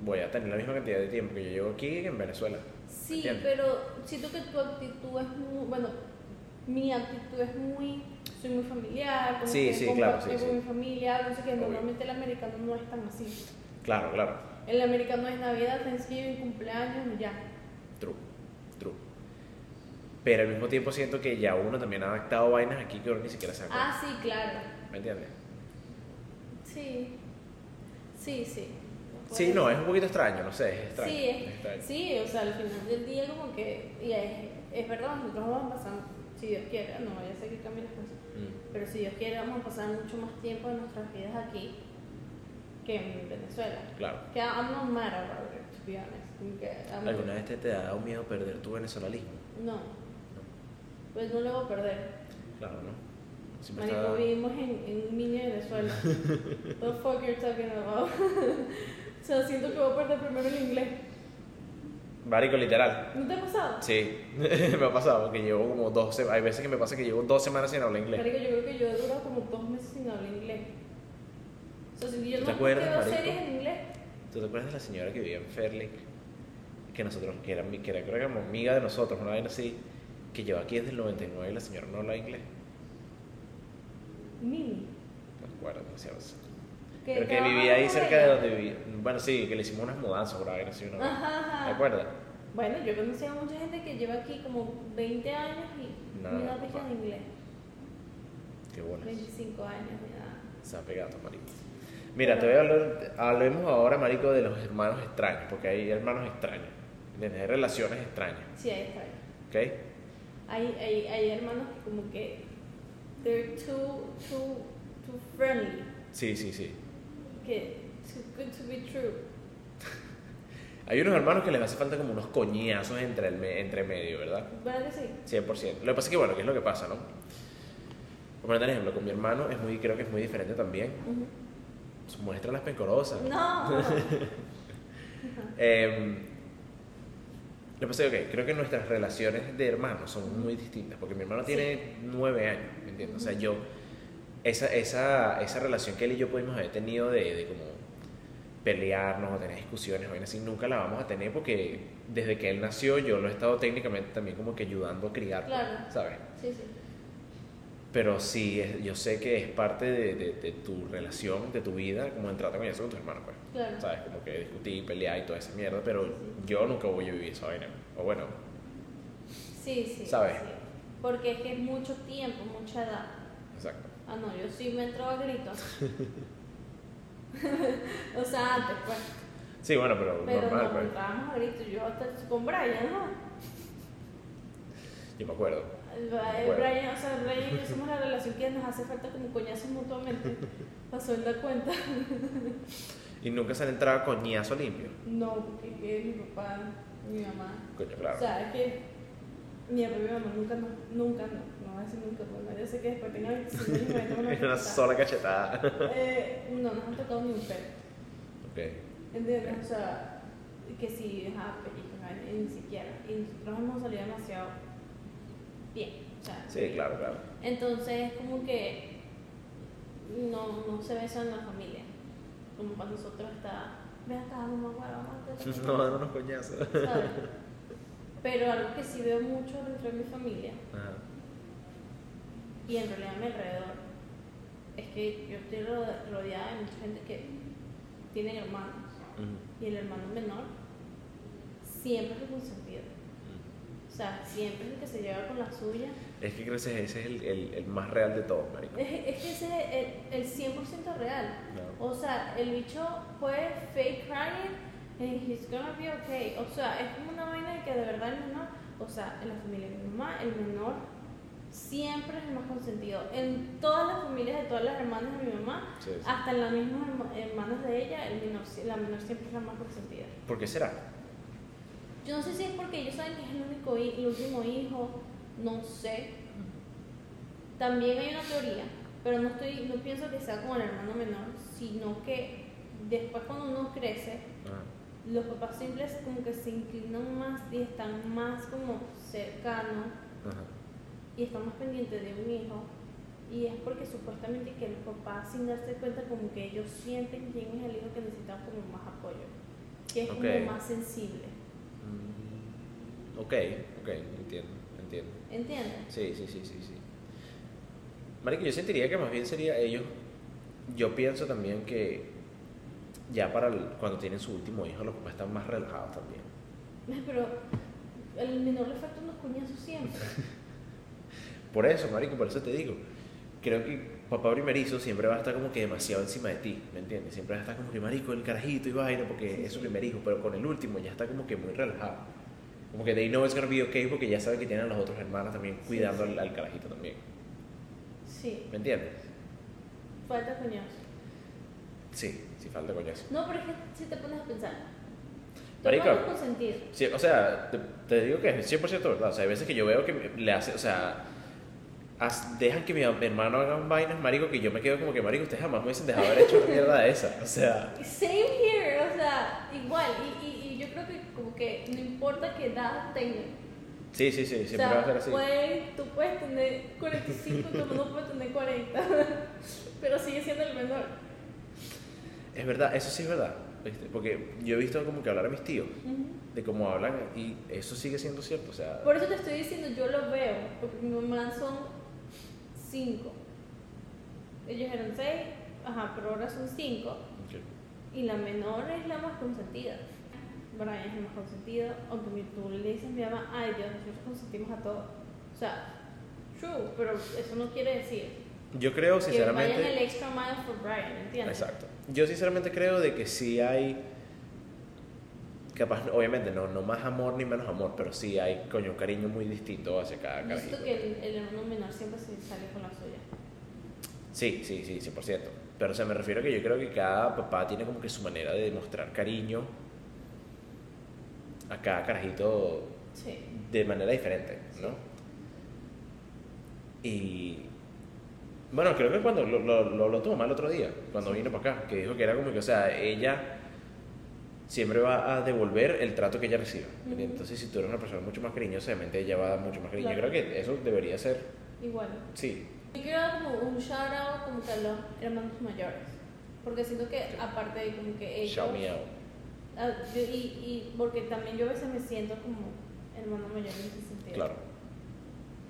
Speaker 1: voy a tener la misma cantidad de tiempo que yo llevo aquí que en Venezuela.
Speaker 2: sí,
Speaker 1: Entiendo.
Speaker 2: pero siento que tu actitud es muy, bueno, mi actitud es muy, soy muy familiar, como
Speaker 1: Sí,
Speaker 2: que
Speaker 1: sí, claro,
Speaker 2: comparto
Speaker 1: sí,
Speaker 2: con
Speaker 1: sí.
Speaker 2: mi familia, no sé qué,
Speaker 1: Obvio.
Speaker 2: normalmente el americano no es tan así.
Speaker 1: Claro, claro.
Speaker 2: El americano es Navidad, Thanksgiving, cumpleaños y ya.
Speaker 1: True, true. Pero al mismo tiempo siento que ya uno también ha adaptado vainas aquí que uno ni siquiera se acuerda.
Speaker 2: Ah, sí, claro.
Speaker 1: ¿Me entiendes?
Speaker 2: Sí. Sí, sí.
Speaker 1: Sí, no, es un poquito extraño, no sé, es extraño.
Speaker 2: Sí,
Speaker 1: es extraño.
Speaker 2: es- sí, o sea, al final del día como que, y es, es verdad, nosotros vamos a pasar, si Dios quiere, no, ya sé que cambian las cosas,
Speaker 1: Mm,
Speaker 2: pero si Dios quiere vamos a pasar mucho más tiempo de nuestras vidas aquí que en Venezuela.
Speaker 1: claro.
Speaker 2: Que I'm not mad about it, to be honest. Como que I'm-
Speaker 1: ¿Alguna vez te, te ha dado miedo perder tu venezolanismo?
Speaker 2: No, pues no lo voy a perder.
Speaker 1: Claro, ¿no? Siempre
Speaker 2: Marico,
Speaker 1: está-
Speaker 2: vivimos en, en un mini Venezuela. What the fuck you're talking about? o sea, siento que voy a perder primero el inglés.
Speaker 1: Marico, literal.
Speaker 2: ¿No te ha pasado?
Speaker 1: Sí, me ha pasado que llevo como dos semanas. Hay veces que me pasa que llevo dos semanas sin hablar inglés.
Speaker 2: Marico, yo creo que yo he durado como dos meses sin hablar inglés. O sea, si yo
Speaker 1: ¿Te
Speaker 2: no
Speaker 1: acuerdas,
Speaker 2: veo
Speaker 1: marico?
Speaker 2: series en inglés.
Speaker 1: ¿Tú te acuerdas de la señora que vivía en Fairlink? Que nosotros, que era, mi- que era creo que era como amiga de nosotros, una vaina así, que lleva aquí desde el 99 y la señora no habla inglés.
Speaker 2: Mini.
Speaker 1: No recuerdo cómo se llama eso. Pero que vivía ahí cerca de donde vivía. Bueno, sí, que le hicimos unas mudanzas, una vaina así, una vaina.
Speaker 2: Ajá, ajá.
Speaker 1: ¿Te acuerdas?
Speaker 2: Bueno, yo conocí a mucha gente que lleva aquí como 20 años y
Speaker 1: No,
Speaker 2: ni una
Speaker 1: no,
Speaker 2: pizca
Speaker 1: no.
Speaker 2: de inglés.
Speaker 1: Qué bueno.
Speaker 2: 25 años, ni nada.
Speaker 1: Se ha pegado, marico. Mira, te voy a hablar, hablemos ahora, marico, de los hermanos extraños, porque hay hermanos extraños, ¿entiendes? Hay relaciones extrañas,
Speaker 2: Sí, ahí está bien.
Speaker 1: ¿ok?
Speaker 2: hay, hay, hay hermanos que como que they're too too too friendly
Speaker 1: Sí, sí, sí.
Speaker 2: que too good to be true
Speaker 1: Hay unos hermanos que les hace falta como unos coñazos entre, el me- entre medio, ¿verdad?
Speaker 2: ¿verdad que sí?
Speaker 1: 100%. Lo que pasa es que, bueno, ¿qué es lo que pasa, no? Por poner un ejemplo, con mi hermano es muy, creo que es muy diferente también. Muestra las pencorosas.
Speaker 2: no
Speaker 1: Eh, lo que pasa es que, ok, creo que nuestras relaciones de hermanos son muy distintas, porque mi hermano
Speaker 2: Sí.
Speaker 1: tiene nueve años, ¿me entiendes? O sea, yo, esa, esa, esa relación que él y yo pudimos haber tenido de, de como pelearnos o tener discusiones, o bien así, nunca la vamos a tener porque desde que él nació yo lo he estado técnicamente también como que ayudando a criar, pues,
Speaker 2: Claro.
Speaker 1: ¿sabes?
Speaker 2: sí sí
Speaker 1: Pero sí, es- yo sé que es parte de, de- de tu relación, de tu vida, como en trato con eso con tu hermano, pues.
Speaker 2: claro
Speaker 1: ¿sabes? Como que discutir, pelear y toda esa mierda, pero
Speaker 2: Sí,
Speaker 1: yo nunca voy a vivir esa vaina. O bueno,
Speaker 2: sí sí
Speaker 1: ¿Sabes?
Speaker 2: sí. porque es que es mucho tiempo mucha edad
Speaker 1: exacto.
Speaker 2: ah no yo sí me entraba a gritos o sea antes pues
Speaker 1: Sí, bueno, pero,
Speaker 2: pero
Speaker 1: normal,
Speaker 2: nos
Speaker 1: pues.
Speaker 2: entrábamos a gritos yo hasta con Brian ¿no?
Speaker 1: Yo me acuerdo.
Speaker 2: El
Speaker 1: Bueno.
Speaker 2: Brian, o sea, Brian y yo somos la relación que nos hace falta como coñazos mutuamente. Pasó en la cuenta.
Speaker 1: Y nunca se han entrado coñazo limpio.
Speaker 2: No, porque es que mi papá, mi mamá.
Speaker 1: Coño, claro.
Speaker 2: O sea, es que Mi papá y mi mamá nunca, no, nunca, no, no voy a decir nunca, porque yo sé que después tenga 25 años y me toman
Speaker 1: Es una sola cachetada.
Speaker 2: Eh, no nos han tocado ni un pelo.
Speaker 1: Ok.
Speaker 2: ¿Entiendes? O sea, que si ajá, películas, y ni siquiera. Y nosotros hemos salido demasiado bien. O sea,
Speaker 1: Sí, claro, claro.
Speaker 2: Entonces, como que no, no se ve eso en la familia. Como para nosotros está, ve acá, mamá, guau, vamos a hacer esto",
Speaker 1: No, dan unos coñazos.
Speaker 2: ¿sabes? Pero algo que sí veo mucho dentro de mi familia
Speaker 1: Ajá.
Speaker 2: y en realidad a mi alrededor es que yo estoy rode- rodeada de mucha gente que tienen hermanos
Speaker 1: Ujú.
Speaker 2: y el hermano menor siempre es el consentido. O sea, siempre es el que se lleva con la suya.
Speaker 1: Es que creces, ese es el, el, el más real de todos, marico.
Speaker 2: Es, es que ese es el, el 100% real.
Speaker 1: Claro.
Speaker 2: O sea, el bicho puede fake crying and he's gonna be okay. O sea, es como una vaina de que de verdad el menor, o sea, en la familia de mi mamá, el menor siempre es el más consentido. En todas las familias de todas las hermanas de mi mamá,
Speaker 1: Sí, sí.
Speaker 2: hasta en las mismas herma- hermanas de ella, el menor, si- la menor siempre es la más consentida.
Speaker 1: ¿Por qué será?
Speaker 2: Yo no sé si es porque ellos saben que es el único hi- el último hijo, no sé. También hay una teoría, pero no estoy, no pienso que sea como el hermano menor, sino que después cuando uno crece,
Speaker 1: Ajá.
Speaker 2: los papás siempre es como que se inclinan más y están más como cercanos
Speaker 1: Ajá.
Speaker 2: y están más pendientes de un hijo. Y es porque supuestamente que los papás sin darse cuenta como que ellos sienten quién es el hijo que necesitan como más apoyo, que es
Speaker 1: Ok.
Speaker 2: como más sensible.
Speaker 1: Mm, Ok, ok, entiendo, entiendo.
Speaker 2: ¿Entiendes?
Speaker 1: Sí, sí, sí, sí, sí. Marico, yo sentiría que más bien sería ellos. Yo pienso también que ya para el- cuando tienen su último hijo, los papás están más relajados también.
Speaker 2: Ay, Pero el menor le falta unos cuñazos siempre.
Speaker 1: Por eso, marico, por eso te digo. Creo que papá primerizo siempre va a estar como que demasiado encima de ti, ¿me entiendes? Siempre va a estar como que marico, el carajito y vaina, porque
Speaker 2: Sí,
Speaker 1: es su
Speaker 2: sí.
Speaker 1: primer hijo, pero con el último ya está como que muy relajado. Como que they know it's gonna be okay porque ya sabe que tienen a los otros hermanos también
Speaker 2: Sí,
Speaker 1: cuidando
Speaker 2: sí.
Speaker 1: Al, al carajito también,
Speaker 2: Sí,
Speaker 1: ¿me entiendes?
Speaker 2: falta cuñazos.
Speaker 1: Sí, sí falta con eso.
Speaker 2: No, pero es que si te pones a pensar.
Speaker 1: Marica.
Speaker 2: Marica. consentir.
Speaker 1: Sí, o sea, te, te digo que es 100% verdad. O sea, hay veces que yo veo que me- le hace, o sea, as- dejan que mi hermano haga vainas, marico, que yo me quedo como que, marico, ustedes jamás me hubiesen dejado haber hecho una mierda de esa. O sea,
Speaker 2: Same here, o sea, igual. Y, y, y yo creo que como que no importa qué edad tengas.
Speaker 1: sí, sí, sí,
Speaker 2: O
Speaker 1: siempre va a ser
Speaker 2: sea,
Speaker 1: así.
Speaker 2: puede- tú puedes tener 45, tu hermano puede tener 40. Pero sigue siendo el menor.
Speaker 1: Es verdad, eso sí es verdad. ¿viste? Porque yo he visto como que hablar a mis tíos
Speaker 2: Ujú.
Speaker 1: de cómo hablan y eso sigue siendo cierto. O sea,
Speaker 2: Por eso te estoy diciendo, yo lo veo, porque mi mamá son cinco. Ellos eran seis, ajá, pero ahora son cinco.
Speaker 1: ok.
Speaker 2: Y la menor es la más consentida. Brian es el más consentido, aunque mi- tú le dices a mi mamá, ay Dios, nosotros consentimos a todos. O sea, true, pero eso no quiere decir
Speaker 1: yo creo
Speaker 2: que vayan el
Speaker 1: sinceramente.
Speaker 2: extra mile for Brian, ¿entiendes?
Speaker 1: Exacto. Yo sinceramente creo de que sí hay. Capaz, obviamente, no, no más amor ni menos amor, pero sí hay, coño, un cariño muy distinto hacia cada
Speaker 2: Yo
Speaker 1: carajito.
Speaker 2: siento que el, el hermano menor siempre se sale con la suya.
Speaker 1: Sí, sí, sí, 100%. Pero o sea, me refiero a que yo creo que cada papá tiene como que su manera de demostrar cariño a cada carajito
Speaker 2: Sí.
Speaker 1: de manera diferente, ¿no? Y bueno, creo que cuando lo, lo, lo habló tu mamá el otro día, cuando vino para acá, que dijo que era como que, o sea, ella siempre va a devolver el trato que ella recibe.
Speaker 2: Ujú.
Speaker 1: Entonces, si tú eres una persona mucho más cariñosa, obviamente ella va a dar mucho más cariño. Yo
Speaker 2: Claro.
Speaker 1: creo que eso debería ser,
Speaker 2: Igual.
Speaker 1: sí,
Speaker 2: Yo quiero dar como un shout out como que a los hermanos mayores. Porque siento que aparte de como que ellos.
Speaker 1: shout me out.
Speaker 2: Ah, yo- y, y porque también yo a veces me siento como hermano mayor en ese sentido.
Speaker 1: Claro,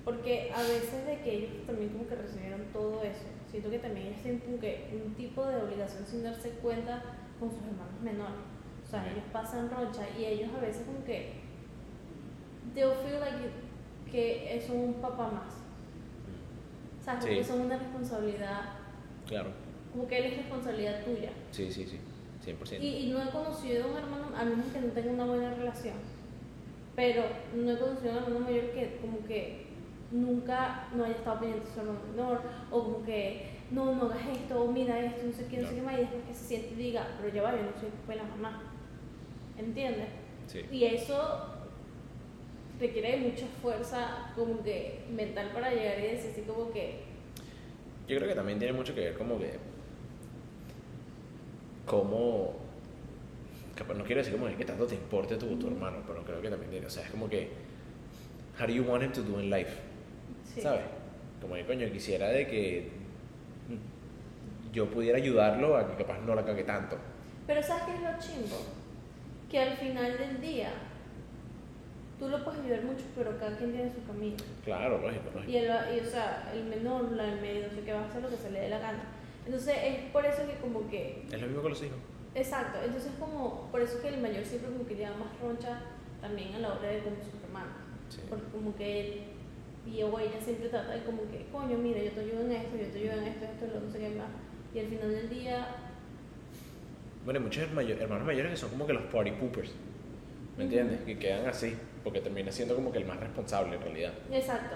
Speaker 2: Porque a veces de que ellos también como que recibieron todo eso. Siento que también ellos tienen como que un tipo de obligación sin darse cuenta con sus hermanos menores. O sea,
Speaker 1: Ujú.
Speaker 2: ellos pasan rocha y ellos a veces como que they'll feel like you- que son un papá más. O sea, como
Speaker 1: Sí.
Speaker 2: que son una responsabilidad
Speaker 1: claro.
Speaker 2: como que él es responsabilidad tuya.
Speaker 1: Sí, sí, sí, 100%.
Speaker 2: Y, y no he conocido un hermano, a menos que no tenga una buena relación, pero no he conocido un hermano mayor que como que nunca no haya estado pendiente de su hermano menor, o como que no, no hagas esto, o mira esto, no sé qué, no, sé qué más, y después que se siente y diga, pero ya va, yo no soy papá de la mamá. ¿Entiendes?
Speaker 1: Sí.
Speaker 2: Y eso requiere de mucha fuerza como que mental para llegar y decir así como que
Speaker 1: Yo creo que también tiene mucho que ver como que cómo capaz no quiero decir como que tanto te importe tu, tu hermano, pero creo que también tiene, o sea, es como que how do you want him to do in life,
Speaker 2: sí.
Speaker 1: ¿sabes? Como que coño quisiera de que yo pudiera ayudarlo a que capaz no la cague tanto.
Speaker 2: Pero ¿sabes qué es lo chimbo? Que al final del día tú lo puedes ayudar mucho, pero cada quien tiene su camino.
Speaker 1: Claro, lógico, lógico.
Speaker 2: Y, el, y, o sea, el menor, la del medio, no sé qué va a hacer lo que se le dé la gana. Entonces es por eso que como que...
Speaker 1: Es lo mismo con los hijos.
Speaker 2: Exacto, entonces como por eso es que el mayor siempre como que lleva más roncha también a la hora de como su hermano.
Speaker 1: Sí.
Speaker 2: Porque como que él y o ella siempre trata de como que, coño, mira, yo te ayudo en esto, yo te ayudo en esto, esto, lo no sé qué más. Y al final del día
Speaker 1: Bueno, hay muchos hermayo- hermanos mayores que son como que los party poopers, ¿me entiendes? Que quedan así, porque termina siendo como que el más responsable en realidad.
Speaker 2: Exacto.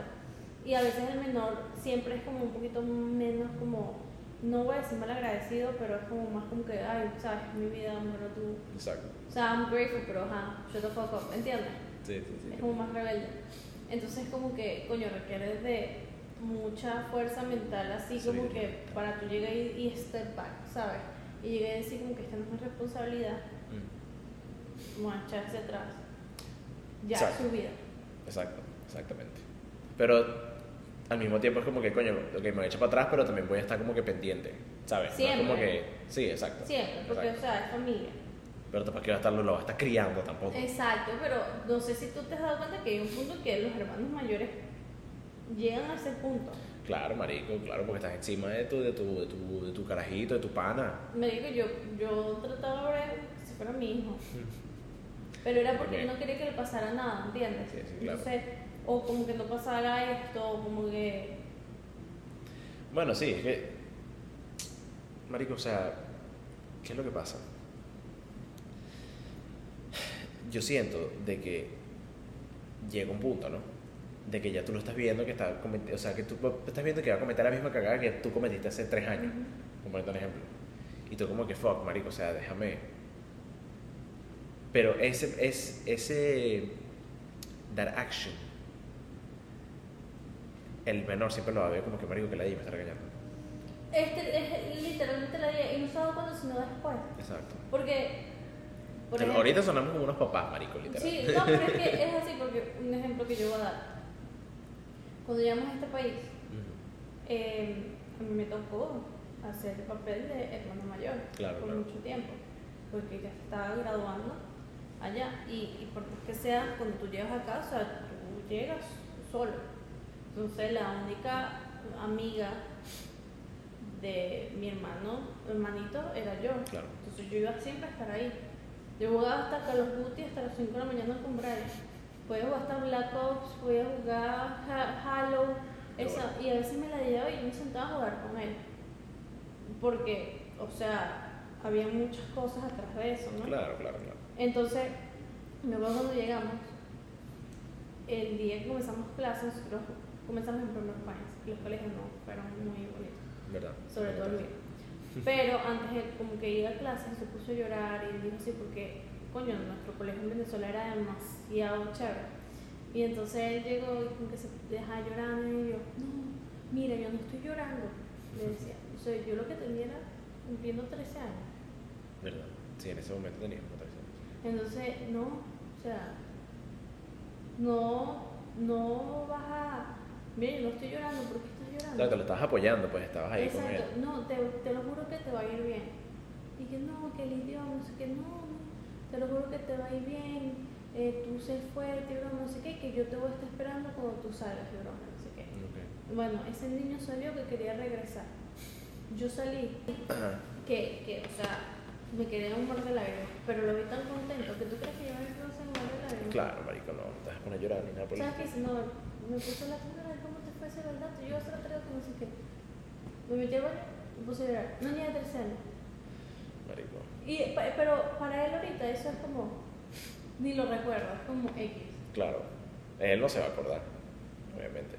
Speaker 2: Y a veces el menor siempre es como un poquito menos como, no voy a decir mal agradecido, pero es como más como que, ay, sabes, mi vida, amor, tú.
Speaker 1: Exacto.
Speaker 2: O sea, I'm grateful, pero ajá, yo the fuck up, ¿entiendes?
Speaker 1: Sí, sí, sí.
Speaker 2: Es como más rebelde. Entonces como que, coño, requiere de mucha fuerza mental, así
Speaker 1: Sí,
Speaker 2: como
Speaker 1: bien.
Speaker 2: que para tú llegar y, y step back, ¿sabes? Y llegué a decir como que esta no es mi responsabilidad,
Speaker 1: Mm,
Speaker 2: vamos a echarse atrás. Ya es
Speaker 1: Exacto.
Speaker 2: su vida.
Speaker 1: Exacto, exactamente. Pero al mismo tiempo es como que, coño, ok, me voy a echar para atrás, pero también voy a estar como que pendiente, ¿sabes? No es
Speaker 2: Siempre.
Speaker 1: como que, sí, exacto.
Speaker 2: Siempre, porque,
Speaker 1: exacto.
Speaker 2: o sea, es familia.
Speaker 1: Pero tampoco que va a estar, lo va a estar criando tampoco.
Speaker 2: Exacto, pero no sé si tú te has dado cuenta que hay un punto que los hermanos mayores llegan a ese punto.
Speaker 1: Claro, marico, claro, porque estás encima de tu, de tu, de tu, de tu carajito, de tu pana.
Speaker 2: Me digo, yo, yo trataba ahora como si fuera mi hijo, pero era porque yo no quería que le pasara nada, ¿entiendes?
Speaker 1: Sí, sí, claro.
Speaker 2: Entonces, o como que no pasara esto, o como que...
Speaker 1: Bueno, sí, es que. Marico, o sea, ¿qué es lo que pasa? Yo siento de que llega un punto, ¿no? De que ya tú lo estás viendo que está cometiendo, o sea, que tú estás viendo que va a cometer la misma cagada que tú cometiste hace tres años, como por ejemplo. Y tú como que, fuck, marico, o sea, déjame. Pero ese, es, ese, that action, el menor siempre lo va a ver como que, marico, que la di, me está regañando.
Speaker 2: Este es literalmente la idea, y no solo cuando, sino después.
Speaker 1: Exacto.
Speaker 2: Porque...
Speaker 1: Pero
Speaker 2: por ejemplo-
Speaker 1: ahorita sonamos como unos papás, marico, literal.
Speaker 2: Sí, no, pero es que es así, porque un ejemplo que yo voy a dar. Cuando llegamos a este país,
Speaker 1: Ujú.
Speaker 2: Eh, a mí me tocó hacer el papel de hermano mayor
Speaker 1: Claro,
Speaker 2: por
Speaker 1: claro.
Speaker 2: mucho tiempo, porque ya se estaba graduando allá y, y por más que sea, cuando tú llegas a casa, tú llegas solo. Entonces la única amiga de mi hermano, hermanito, era yo.
Speaker 1: Claro.
Speaker 2: Entonces yo iba siempre a estar ahí. Yo jugaba hasta Call of Duty hasta las 5 de la mañana con Brian. Podía jugar hasta Black Ops, podía jugar Ha- Halo.
Speaker 1: Qué
Speaker 2: esa-
Speaker 1: bueno.
Speaker 2: y a veces me la llevaba y yo me sentaba a jugar con él. Porque, o sea, había muchas cosas atrás de eso, ¿no?
Speaker 1: Claro, claro, claro.
Speaker 2: Entonces, me acuerdo cuando llegamos, el día que comenzamos clases, nosotros comenzamos en primer país. Los colegios no fueron muy bonitos
Speaker 1: ¿Verdad?
Speaker 2: sobre todo el mío. Pero antes de como que ir a clases se puso a llorar y dijo así porque, coño, nuestro colegio en Venezuela era demasiado chévere. Y entonces él llegó y como que se dejaba llorando y yo, no, mira, yo no estoy llorando. Le decía, o sea, yo lo que tenía era cumpliendo 13 años.
Speaker 1: ¿Verdad? Sí, en ese momento teníamos tres años.
Speaker 2: Entonces, no, o sea, no, no vas a, mira, yo no estoy llorando, ¿por qué estás llorando?
Speaker 1: Claro, te lo estabas apoyando, pues estabas ahí con él.
Speaker 2: Exacto, no, te, te lo juro que te va a ir bien. Y que no, que el idioma, no sé qué, no, no, te lo juro que te va a ir bien, eh, tú sé fuerte, broma, no sé qué, que yo te voy a estar esperando cuando tú salgas, y broma, no sé qué.
Speaker 1: Ok.
Speaker 2: Bueno, ese niño salió que quería regresar. Yo salí,
Speaker 1: Ajá.
Speaker 2: que, que o sea, me quería un mar de lágrimas, pero lo vi tan contento que tú crees que yo me puse un mar de lágrimas.
Speaker 1: Claro, marico, no, no te vas a poner a llorar ni nada por el
Speaker 2: ¿Sabes qué?
Speaker 1: estilo.
Speaker 2: dice? No, me puso la cámara, ¿cómo te fue ese dato? Yo se lo traigo que no sé qué. Me metí a baño, me puse a llorar. No llegué a tercer año.
Speaker 1: Marico.
Speaker 2: Y, pa- pero para él ahorita eso es como, ni lo recuerdo, es como X.
Speaker 1: Claro. Él no se va a acordar, obviamente.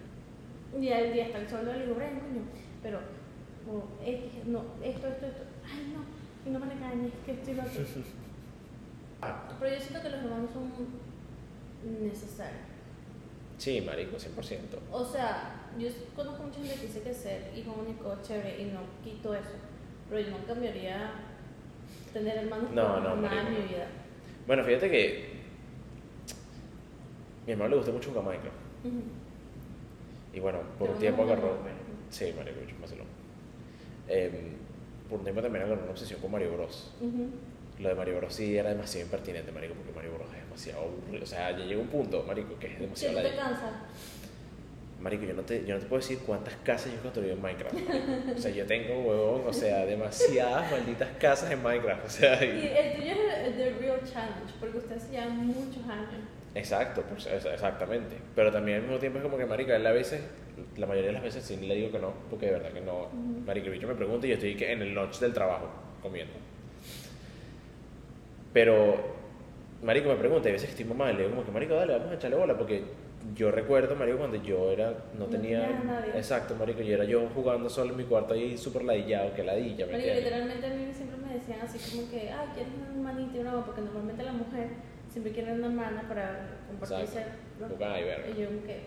Speaker 2: Y al día hasta el sol le digo, Brian, coño, pero como X, no, esto, esto, esto. Ay, no, y no me regañes, que estoy loco. Pero yo siento que los hermanos son necesarios.
Speaker 1: Sí, marico, 100%.
Speaker 2: O sea, yo conozco mucha gente que dice que ser hijo único es chévere y no quito eso. Pero yo no cambiaría tener hermanos
Speaker 1: No,
Speaker 2: por
Speaker 1: no,
Speaker 2: nada
Speaker 1: marico,
Speaker 2: en mi
Speaker 1: no.
Speaker 2: vida.
Speaker 1: Bueno, fíjate que. Mi hermano le gusta mucho jugar Minecraft.
Speaker 2: Ujú.
Speaker 1: Y bueno, por un
Speaker 2: Pero
Speaker 1: tiempo
Speaker 2: no,
Speaker 1: agarró.
Speaker 2: no, no.
Speaker 1: Sí, marico, mucho más Em, Por un tiempo también agarró una obsesión con Mario Bros.
Speaker 2: Ujú.
Speaker 1: Lo de Mario Bros sí era demasiado impertinente, marico, porque Mario Bros es demasiado aburrido. O sea, ya llega un punto, marico, que es
Speaker 2: Si
Speaker 1: demasiado
Speaker 2: tú te
Speaker 1: ladilla.
Speaker 2: cansas,
Speaker 1: Marico, yo no, te, yo no te puedo decir cuántas casas yo he construido en Minecraft. marico. O sea, yo tengo, huevón, o sea, demasiadas malditas casas en Minecraft. O sea,
Speaker 2: y
Speaker 1: y-
Speaker 2: el tuyo es el The Real Challenge, porque ustedes llevan muchos años.
Speaker 1: Exacto, pues, es- exactamente. Pero también al mismo tiempo es como que, marica, él a veces, la mayoría de las veces sí le digo que no, porque de verdad que no.
Speaker 2: Ujú.
Speaker 1: Marica, el bicho me pregunta y yo estoy que en el lunch del trabajo comiendo. Pero, marico me pregunta, y a veces que estoy mamá, y le digo como que, marico, dale, vamos a echarle bola, porque yo recuerdo, marico, cuando yo era, no,
Speaker 2: No
Speaker 1: tenía...
Speaker 2: tenías a nadie.
Speaker 1: Exacto, marico, yo era yo jugando solo en mi cuarto ahí, súper ladillado, que ladilla, ¿me
Speaker 2: Porque
Speaker 1: entiendes?
Speaker 2: literalmente a mí siempre me decían así como que, ah, quieres una hermanita y una mamá, porque normalmente la mujer siempre quiere una hermana para compartirse. los-
Speaker 1: Jugar y verga.
Speaker 2: Y yo como que,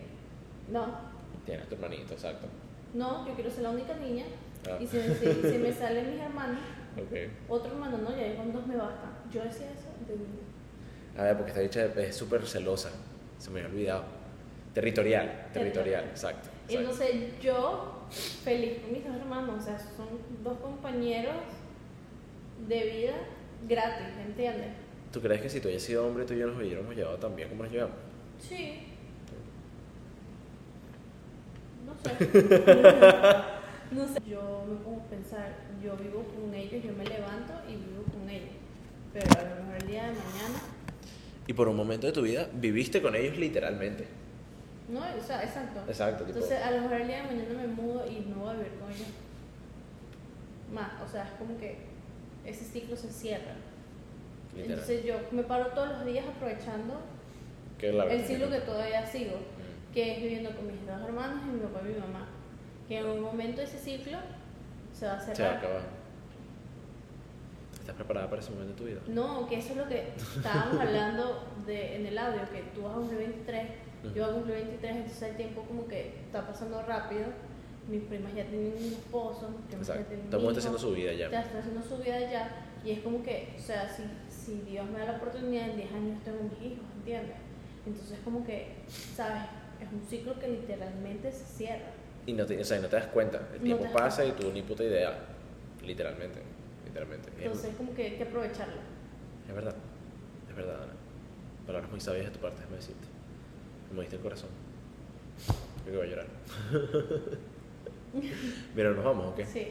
Speaker 2: no,
Speaker 1: Tienes tu hermanito, exacto.
Speaker 2: no, yo quiero ser la única niña.
Speaker 1: Ah,
Speaker 2: Y si, si- si me salen mis hermanos,
Speaker 1: ok.
Speaker 2: otro hermano no, ya con dos me basta. Yo decía eso de niña.
Speaker 1: A ver, porque esta bicha es súper celosa. Se me había olvidado. Territorial, territorial,
Speaker 2: Territorial.
Speaker 1: exacto.
Speaker 2: Y
Speaker 1: exacto.
Speaker 2: entonces yo, feliz con mis dos hermanos, o sea, son dos compañeros de vida gratis, ¿entiendes?
Speaker 1: ¿Tú crees que si tú hayas sido hombre, tú y yo nos hubiéramos llevado tan bien como nos llevamos?
Speaker 2: Sí. No sé. no sé. Yo me pongo a pensar, yo vivo con ellos, yo me levanto y vivo con ellos. Pero a lo mejor el día de mañana,
Speaker 1: Y por un momento de tu vida viviste con ellos literalmente.
Speaker 2: no, o sea, exacto.
Speaker 1: Exacto, tipo.
Speaker 2: Entonces a lo mejor el día de mañana me mudo y no voy a vivir con ellos. Más, o sea, es como que ese ciclo se cierra.
Speaker 1: literal.
Speaker 2: Entonces yo me paro todos los días aprovechando
Speaker 1: que la
Speaker 2: el
Speaker 1: verdad
Speaker 2: ciclo
Speaker 1: no.
Speaker 2: que todavía sigo.
Speaker 1: Mm,
Speaker 2: que es viviendo con mis dos hermanos y mi papá y mi mamá. Que en un momento ese ciclo se va a
Speaker 1: Se va a
Speaker 2: cerrar.
Speaker 1: acabar. ¿Estás preparada para ese momento de tu vida?
Speaker 2: no, que eso es lo que estábamos hablando de, en el audio, que tú vas a cumplir 23, yo voy a cumplir 23, entonces el tiempo como que está pasando rápido. Mis primas ya tienen esposos, mis primas ya
Speaker 1: Exacto.
Speaker 2: tienen
Speaker 1: Todo el mundo está
Speaker 2: hijos,
Speaker 1: haciendo su vida ya.
Speaker 2: ya está haciendo su vida ya. Y es como que, o sea, si, si Dios me da la oportunidad, en 10 años tengo mis hijos, ¿entiendes? Entonces como que, ¿sabes? Es un ciclo que literalmente se cierra.
Speaker 1: Y no te, o sea, no te das cuenta. El
Speaker 2: No
Speaker 1: tiempo
Speaker 2: te das
Speaker 1: pasa y tú ni puta idea. Literalmente. Literalmente. Es-
Speaker 2: Entonces, como que hay que aprovecharlo.
Speaker 1: Es verdad, es verdad, Ana. Palabras muy sabias de tu parte, déjame decirte. Me moviste el corazón. Creo que voy a llorar. Pero nos vamos, ¿o qué?
Speaker 2: Sí.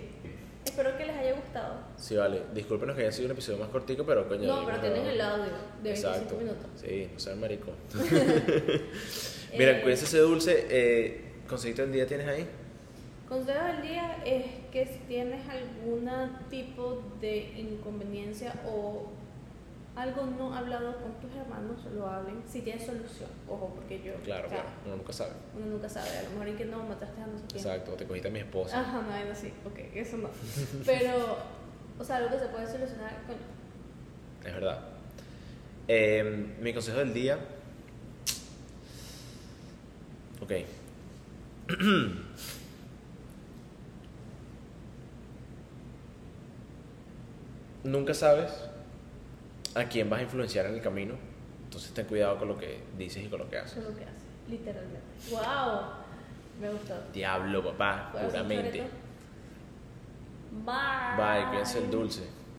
Speaker 2: Espero que les haya gustado.
Speaker 1: Sí, vale. Discúlpenos que haya sido un episodio más cortico, pero coño.
Speaker 2: no, pero tienen el
Speaker 1: lado
Speaker 2: audio de 25
Speaker 1: Exacto.
Speaker 2: minutos.
Speaker 1: Sí, no sean marico. Mira, pues,
Speaker 2: Eh,
Speaker 1: cuídense ese dulce. Eh, ¿Consejito del día tienes ahí?
Speaker 2: Consejo del día es que si tienes algún tipo de inconveniencia o algo no hablado con tus hermanos, lo hablen. Si tienes solución, ojo, porque yo.
Speaker 1: Claro,
Speaker 2: o sea,
Speaker 1: claro. Uno nunca sabe.
Speaker 2: Uno nunca sabe. A lo mejor es que no mataste a no sé quién.
Speaker 1: Exacto, te cogiste a mi esposa.
Speaker 2: Ajá, no, no, sí. Ok, eso no. Pero, o sea, algo que se puede solucionar, coño.
Speaker 1: Es verdad. Eh, mi consejo del día. Ok. Nunca sabes a quién vas a influenciar en el camino. Entonces ten cuidado con lo que dices y con lo que
Speaker 2: Eso
Speaker 1: haces.
Speaker 2: es lo que hace, literalmente. ¡Wow! Me gustó.
Speaker 1: Diablo, papá,
Speaker 2: Corazón
Speaker 1: puramente.
Speaker 2: choreto. Bye.
Speaker 1: Bye, que es el dulce.